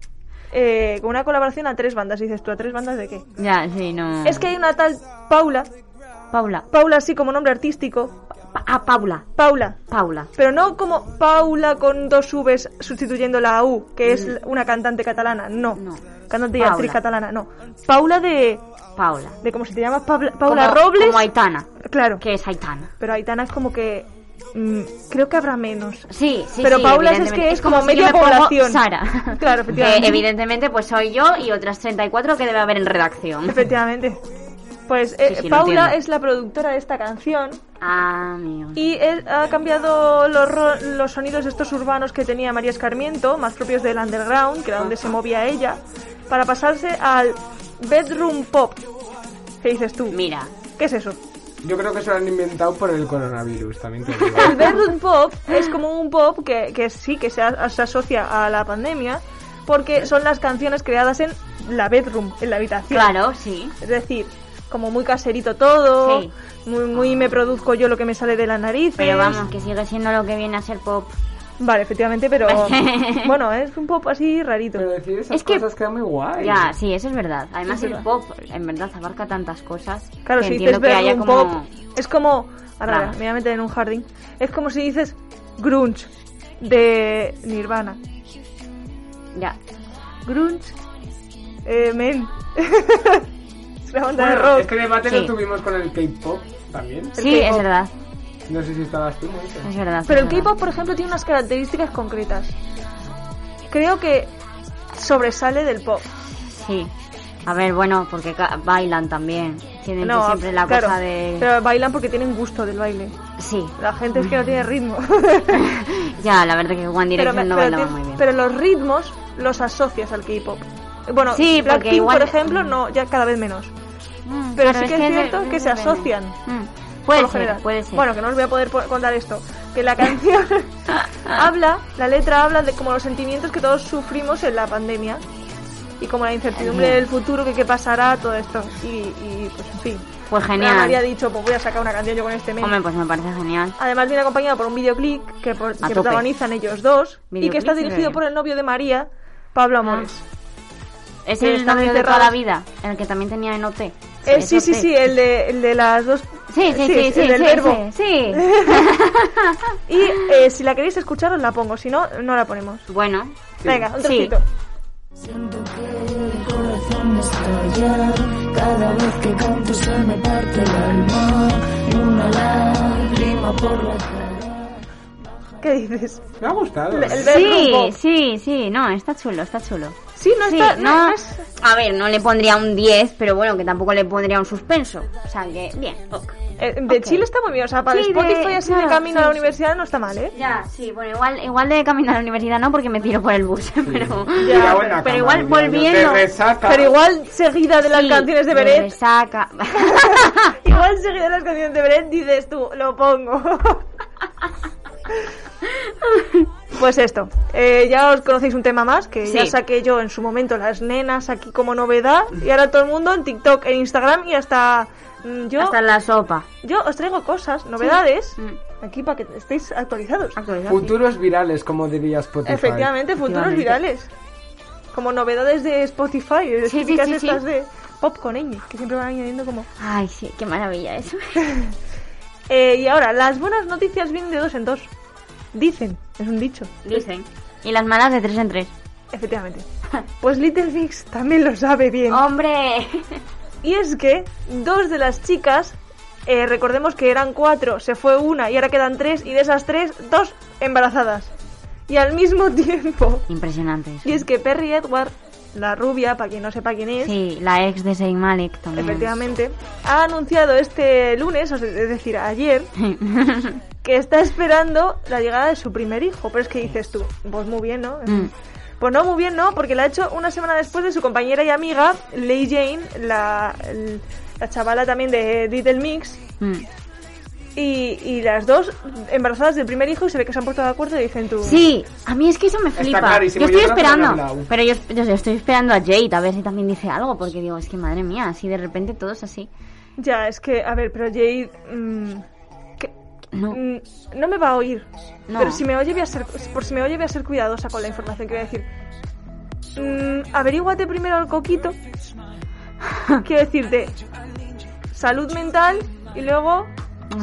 Speaker 12: eh, con una colaboración a tres bandas. Y dices tú, ¿a tres bandas de qué?
Speaker 3: Ya, sí, no.
Speaker 12: Es que hay una tal Paula.
Speaker 3: Paula.
Speaker 12: Paula, así como nombre artístico.
Speaker 3: Pa- ah, Paula.
Speaker 12: Paula.
Speaker 3: Paula.
Speaker 12: Pero no como Paula con dos Vs sustituyendo la U, que es l- una cantante catalana. No.
Speaker 3: Mm. No.
Speaker 12: Cantante y
Speaker 3: Paula.
Speaker 12: actriz catalana, no. Paula de.
Speaker 3: Paula.
Speaker 12: de ¿Cómo se te llama? Pabla- Paula
Speaker 3: Como-
Speaker 12: Robles.
Speaker 3: Como Aitana.
Speaker 12: Claro.
Speaker 3: Que es Aitana.
Speaker 12: Pero Aitana es como que. mm, creo que habrá menos.
Speaker 3: Sí, sí,
Speaker 12: Pero
Speaker 3: sí,
Speaker 12: Paula es
Speaker 3: evidentemente.
Speaker 12: que es como
Speaker 3: si yo
Speaker 12: media
Speaker 3: me pongo
Speaker 12: población.
Speaker 3: Sara.
Speaker 12: <laughs>
Speaker 3: <laughs>
Speaker 12: Claro, efectivamente.
Speaker 3: Que, evidentemente, pues soy yo y otras 34 que debe haber en redacción.
Speaker 12: Efectivamente. Pues eh,
Speaker 3: sí, lo
Speaker 12: Paula
Speaker 3: entiendo.
Speaker 12: es la productora de esta canción
Speaker 3: Ah, amigo.
Speaker 12: y él ha cambiado los, ro- los sonidos estos urbanos que tenía María Escarmiento, más propios del underground, que era donde se movía ella, para pasarse al bedroom pop. ¿Qué dices tú?
Speaker 3: Mira,
Speaker 12: ¿Qué es eso?
Speaker 6: Yo creo que se lo han inventado por el coronavirus, también te digo.
Speaker 12: <laughs> El bedroom pop es como un pop que, que sí, que se, a- se asocia a la pandemia, porque son las canciones creadas en la bedroom, en la habitación.
Speaker 3: claro, sí.
Speaker 12: Es decir, como muy caserito todo,
Speaker 3: Sí.
Speaker 12: muy, muy me produzco yo lo que me sale de la nariz.
Speaker 3: Pero vamos, que sigue siendo lo que viene a ser pop.
Speaker 12: Vale,
Speaker 3: <laughs>
Speaker 12: efectivamente, pero bueno, es un poco así rarito.
Speaker 3: Mm.
Speaker 6: Pero decir esas
Speaker 3: Es que-
Speaker 6: cosas queda muy guay.
Speaker 3: Ya, sí, eso es verdad. Además, el pop, en verdad, abarca tantas cosas.
Speaker 12: Claro,
Speaker 3: que
Speaker 12: si dices
Speaker 3: entiendo que haya
Speaker 12: bedroom
Speaker 3: como...
Speaker 12: pop, es como... Ahora,
Speaker 3: Claro.
Speaker 12: me voy a meter en un jardín. Es como si dices grunge de Nirvana.
Speaker 3: Ya.
Speaker 12: Grunge, eh, men. <laughs> es una banda de
Speaker 6: Bueno,
Speaker 12: rock.
Speaker 6: este debate lo
Speaker 3: Sí.
Speaker 6: tuvimos con el K-pop también.
Speaker 3: Sí,
Speaker 12: K-pop.
Speaker 3: es verdad.
Speaker 6: No sé si estabas tú, Monse.
Speaker 3: Es verdad.
Speaker 12: Pero el
Speaker 3: es verdad.
Speaker 12: K-pop, por ejemplo, tiene unas características concretas. Creo que sobresale del pop.
Speaker 3: Sí. A ver, bueno, porque ca- bailan también. Tienen
Speaker 12: No,
Speaker 3: siempre la
Speaker 12: claro,
Speaker 3: cosa de...
Speaker 12: Pero bailan porque tienen gusto del baile.
Speaker 3: Sí.
Speaker 12: La gente es que no tiene ritmo. <laughs>
Speaker 3: Ya, la verdad que One Direction
Speaker 12: me-
Speaker 3: no bailaba
Speaker 12: tien-
Speaker 3: muy bien.
Speaker 12: pero los ritmos los asocias al K-pop. Bueno,
Speaker 3: Sí, porque
Speaker 12: Blackpink,
Speaker 3: igual-
Speaker 12: por ejemplo, no, ya cada vez menos.
Speaker 3: Mm,
Speaker 12: pero
Speaker 3: claro,
Speaker 12: sí que es
Speaker 3: de-
Speaker 12: cierto
Speaker 3: de-
Speaker 12: que se
Speaker 3: depende.
Speaker 12: asocian,
Speaker 3: Mm,
Speaker 12: por
Speaker 3: Puede
Speaker 12: lo
Speaker 3: ser,
Speaker 12: general.
Speaker 3: puede ser.
Speaker 12: Bueno, que no os voy a poder po- contar esto. Que
Speaker 3: <laughs>
Speaker 12: la canción habla, la letra habla de como los sentimientos que todos sufrimos en la pandemia. Y como la incertidumbre
Speaker 3: Bien.
Speaker 12: del futuro, que qué pasará, todo esto. Y, y, pues en fin.
Speaker 3: pues
Speaker 12: Me había
Speaker 3: genial.
Speaker 12: dicho, pues voy a sacar una canción yo con este meme.
Speaker 3: Hombre, pues me parece genial.
Speaker 12: Además viene acompañado por un videoclip que, por- que
Speaker 3: tope.
Speaker 12: protagonizan ellos dos y
Speaker 3: Videoclip Ah,
Speaker 12: que está
Speaker 3: y
Speaker 12: dirigido
Speaker 3: video.
Speaker 12: por el novio de María, Pablo Amores.
Speaker 3: Es
Speaker 12: Que
Speaker 3: el
Speaker 12: están
Speaker 3: novio de toda la
Speaker 12: encerrados.
Speaker 3: vida, el que también tenía en OT. Sí,
Speaker 12: Eh,
Speaker 3: es
Speaker 12: sí,
Speaker 3: OT.
Speaker 12: sí, sí, el de, el de las dos...
Speaker 3: Sí, sí, sí,
Speaker 12: el
Speaker 3: sí,
Speaker 12: del
Speaker 3: sí,
Speaker 12: verbo.
Speaker 3: sí,
Speaker 12: Y
Speaker 3: Ah.
Speaker 12: eh, si la queréis escuchar os la pongo, si no, no la ponemos.
Speaker 3: sí. Bueno,
Speaker 12: Venga, un
Speaker 3: Sí.
Speaker 12: trocito.
Speaker 7: Siento que el corazón me estalla Cada vez que canto se me parte el alma Y una lágrima por la cara
Speaker 12: ¿Qué dices?
Speaker 6: Me ha gustado.
Speaker 12: El-
Speaker 6: ¿eh?
Speaker 12: el-
Speaker 3: sí,
Speaker 12: verbo.
Speaker 3: sí, sí, no, está chulo, está chulo.
Speaker 12: Sí, no
Speaker 3: Sí,
Speaker 12: está...
Speaker 3: no,
Speaker 12: no es-
Speaker 3: a ver, no le pondría un 10, pero bueno, que tampoco le pondría un suspenso. O sea, que bien, ok.
Speaker 12: eh, de
Speaker 3: Ok.
Speaker 12: Chile está muy bien, o sea, para
Speaker 3: Sí,
Speaker 12: Spotify
Speaker 3: de-
Speaker 12: así de
Speaker 3: claro,
Speaker 12: camino
Speaker 3: sí,
Speaker 12: a la
Speaker 3: sí.
Speaker 12: universidad no está mal, ¿eh?
Speaker 3: Ya, sí, bueno, igual, igual de caminar a la universidad no, porque me tiro por el bus, <laughs> pero,
Speaker 6: Mira, buena
Speaker 3: pero
Speaker 6: cama,
Speaker 3: igual
Speaker 6: mira, yo te
Speaker 3: volviendo...
Speaker 6: resaca.
Speaker 12: Pero igual seguida de las
Speaker 3: Sí,
Speaker 12: canciones de
Speaker 3: me
Speaker 12: Beret,
Speaker 3: resaca. <laughs>
Speaker 12: igual seguida de las canciones de Beret dices tú,
Speaker 3: <laughs>
Speaker 12: lo pongo. Pues esto, eh, ya os conocéis un tema más que ya
Speaker 3: Sí.
Speaker 12: saqué yo en su momento las nenas aquí como novedad y ahora todo el mundo en TikTok, en Instagram y hasta mm, yo
Speaker 3: Hasta la sopa.
Speaker 12: yo os traigo cosas, novedades
Speaker 3: Mm.
Speaker 12: aquí para que estéis actualizados.
Speaker 3: Actualidad, sí.
Speaker 6: Futuros virales, como diría Spotify.
Speaker 12: Efectivamente, futuros
Speaker 3: Efectivamente.
Speaker 12: virales. Como novedades de Spotify, las
Speaker 3: Sí, sí,
Speaker 12: típicas
Speaker 3: sí, sí.
Speaker 12: estas de pop con ñ, que siempre van añadiendo como...
Speaker 3: Ay, sí, qué maravilla eso.
Speaker 12: Eh, y ahora, las buenas noticias vienen de dos en dos. Dicen, es un dicho.
Speaker 8: Dicen. Y las malas de tres en tres.
Speaker 3: <laughs>
Speaker 12: Efectivamente. Pues Little Mix también lo sabe bien.
Speaker 3: Ah.
Speaker 8: ¡Hombre!
Speaker 12: Y es que dos de las chicas, eh, recordemos que eran cuatro, se fue una y ahora quedan tres, y de esas tres, dos embarazadas. Y al mismo <laughs> tiempo.
Speaker 8: Impresionante. eso.
Speaker 12: Y es que Perry Edward, la rubia, para quien no sepa quién es,
Speaker 8: Sí, la ex de Saint Malik también.
Speaker 12: efectivamente, ha anunciado este lunes, o sea, es
Speaker 8: <laughs>
Speaker 12: decir, ayer, que está esperando la llegada de su primer hijo. Pero es que dices tú, pues muy bien, ¿no?
Speaker 8: Mm.
Speaker 12: Pues no, muy bien, no, porque la ha hecho una semana después de su compañera y amiga, Lei Jane, la, la chavala también de Little Mix.
Speaker 8: Mm.
Speaker 12: Y, y las dos embarazadas del primer hijo y se ve que se han puesto de acuerdo y dicen tú...
Speaker 8: Sí, a mí es que eso me flipa.
Speaker 6: clarísimo,
Speaker 8: yo estoy
Speaker 6: yo creo que no han
Speaker 8: esperando,
Speaker 6: hablado.
Speaker 8: pero yo, yo estoy esperando a Jade a ver si también dice algo, porque digo, es que madre mía, así de repente todo es así.
Speaker 12: Ya, es que, a ver, pero Jade... mm, que-
Speaker 8: No.
Speaker 12: mm, no me va a oír.
Speaker 8: No.
Speaker 12: Pero si me oye voy a ser... Por si me oye voy a ser cuidadosa con la información que voy a decir. Mm, averíguate primero
Speaker 8: <laughs>
Speaker 12: al coquito. Quiero decirte... Salud mental y luego...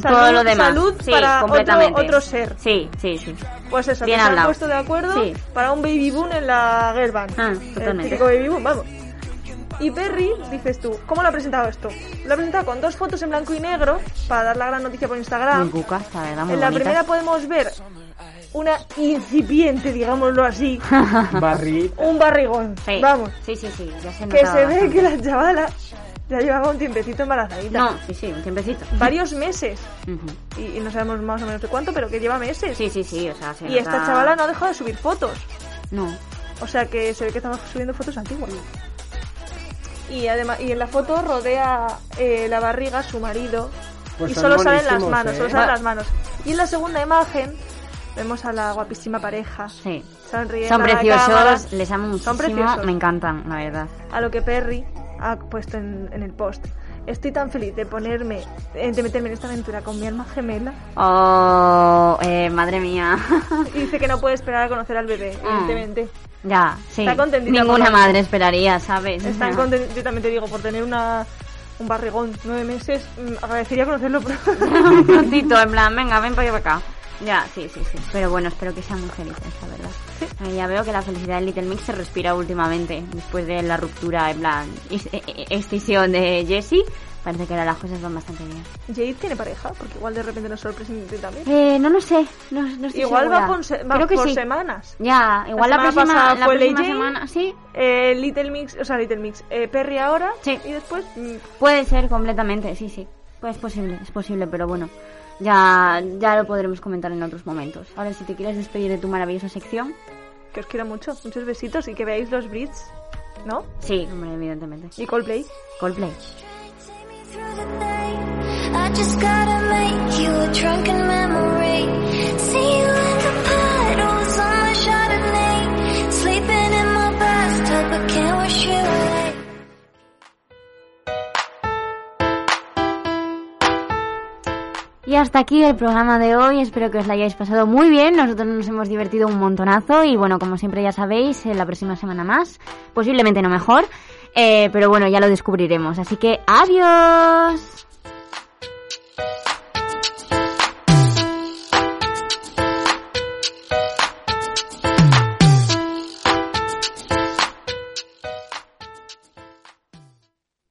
Speaker 12: Salud,
Speaker 8: todo lo demás.
Speaker 12: salud
Speaker 8: sí,
Speaker 12: para otro,
Speaker 8: completamente.
Speaker 12: otro ser.
Speaker 8: Sí, sí, sí.
Speaker 12: Pues eso,
Speaker 8: Bien
Speaker 12: que se han
Speaker 8: hablado.
Speaker 12: puesto de acuerdo
Speaker 8: Sí.
Speaker 12: para un baby boom en la girl band.
Speaker 8: Ah,
Speaker 12: el
Speaker 8: totalmente.
Speaker 12: típico baby boom, vamos. Y Perry, dices tú, ¿cómo lo ha presentado esto? Lo ha presentado con dos fotos en blanco y negro para dar la gran noticia por
Speaker 8: Muy
Speaker 12: Instagram.
Speaker 8: cucas, la verdad, muy
Speaker 12: Ah. en la
Speaker 8: bonitas.
Speaker 12: primera podemos ver una incipiente, digámoslo
Speaker 8: <laughs>
Speaker 12: así,
Speaker 6: Barry.
Speaker 12: un barrigón.
Speaker 8: Sí.
Speaker 12: Vamos,
Speaker 8: Sí, sí, sí, ya se
Speaker 12: que
Speaker 8: notaba
Speaker 12: se ve
Speaker 8: bastante.
Speaker 12: que la chavala ya llevaba un tiempecito embarazadita.
Speaker 8: No, sí, sí, un tiempecito.
Speaker 12: Varios meses.
Speaker 8: Ujú.
Speaker 12: Y, y no sabemos más o menos de cuánto, pero que lleva meses.
Speaker 8: Sí, sí, sí, o sea, se
Speaker 12: y esta
Speaker 8: nota-
Speaker 12: chavala no ha dejado de subir fotos.
Speaker 8: No,
Speaker 12: O sea que se ve que estaba subiendo fotos antiguas. Y además, y en la foto rodea eh, la barriga su marido.
Speaker 6: Pues
Speaker 12: y
Speaker 6: son
Speaker 12: solo salen las
Speaker 6: monísimos,
Speaker 12: manos,
Speaker 6: ¿eh?
Speaker 12: solo salen las manos. Y en la segunda imagen vemos a la guapísima pareja.
Speaker 8: sí.
Speaker 12: Sonriendo
Speaker 8: Son
Speaker 12: a la cámara,
Speaker 8: preciosos, les amo
Speaker 12: Son
Speaker 8: muchísimo,
Speaker 12: preciosos.
Speaker 8: me encantan, la verdad.
Speaker 12: A lo que Perry ha puesto en, en el post. Estoy tan feliz de ponerme, eh, de meterme en esta aventura con mi alma
Speaker 8: <laughs>
Speaker 12: gemela.
Speaker 8: Oh, eh, madre mía. <laughs>
Speaker 12: Y dice que no puede esperar a conocer al bebé,
Speaker 8: Mm.
Speaker 12: evidentemente.
Speaker 8: ya, sí.
Speaker 12: Está contentita con
Speaker 8: Ninguna
Speaker 12: la-
Speaker 8: madre esperaría, ¿sabes? O
Speaker 12: Están
Speaker 8: sea,
Speaker 12: contentos, yo también te digo, por tener una, un barrigón nueve meses, mm, agradecería conocerlo pronto.
Speaker 8: <laughs> prontito, en plan, venga, ven para acá. Ya, sí, sí, sí. Pero bueno, espero que sean muy felices, la verdad. Ay, ya veo que la felicidad del Little Mix se respira últimamente, después de la ruptura, en plan, ex- e- e- extinción de Jessie. Parece que ahora las cosas van bastante bien.
Speaker 12: <laughs> Jade tiene pareja, porque igual de repente nos sorprende también.
Speaker 8: Eh, no lo sé, no, no estoy
Speaker 12: Igual va
Speaker 8: segura.
Speaker 12: por, se- va
Speaker 8: Creo que
Speaker 12: por
Speaker 8: sí.
Speaker 12: semanas.
Speaker 8: Ya, igual la,
Speaker 12: semana pasada
Speaker 8: próxima, la
Speaker 12: fue
Speaker 8: próxima
Speaker 12: Ley Jane.
Speaker 8: semana, sí,
Speaker 12: Eh, Little Mix, o sea, Little Mix, eh, Perry ahora
Speaker 8: Sí.
Speaker 12: y después mm,
Speaker 8: Puede ser completamente, sí, sí. Pues es posible, es posible, pero bueno, ya, ya lo podremos comentar en otros momentos. Ahora, si te quieres despedir de tu maravillosa sección,
Speaker 12: que os quiero mucho. Muchos besitos y que veáis los Brits, ¿no?
Speaker 8: sí, hombre, evidentemente.
Speaker 12: Y Coldplay.
Speaker 8: Coldplay.
Speaker 7: I just gotta make you a drunken memory. See you in the puddles on my Chardonnay. Sleeping in my bathtub, but can't wish you away.
Speaker 8: Y hasta aquí el programa de hoy, espero que os lo hayáis pasado muy bien, nosotros nos hemos divertido un montonazo y bueno, como siempre ya sabéis, eh, la próxima semana más, posiblemente no mejor, eh, pero bueno, ya lo descubriremos, así que adiós.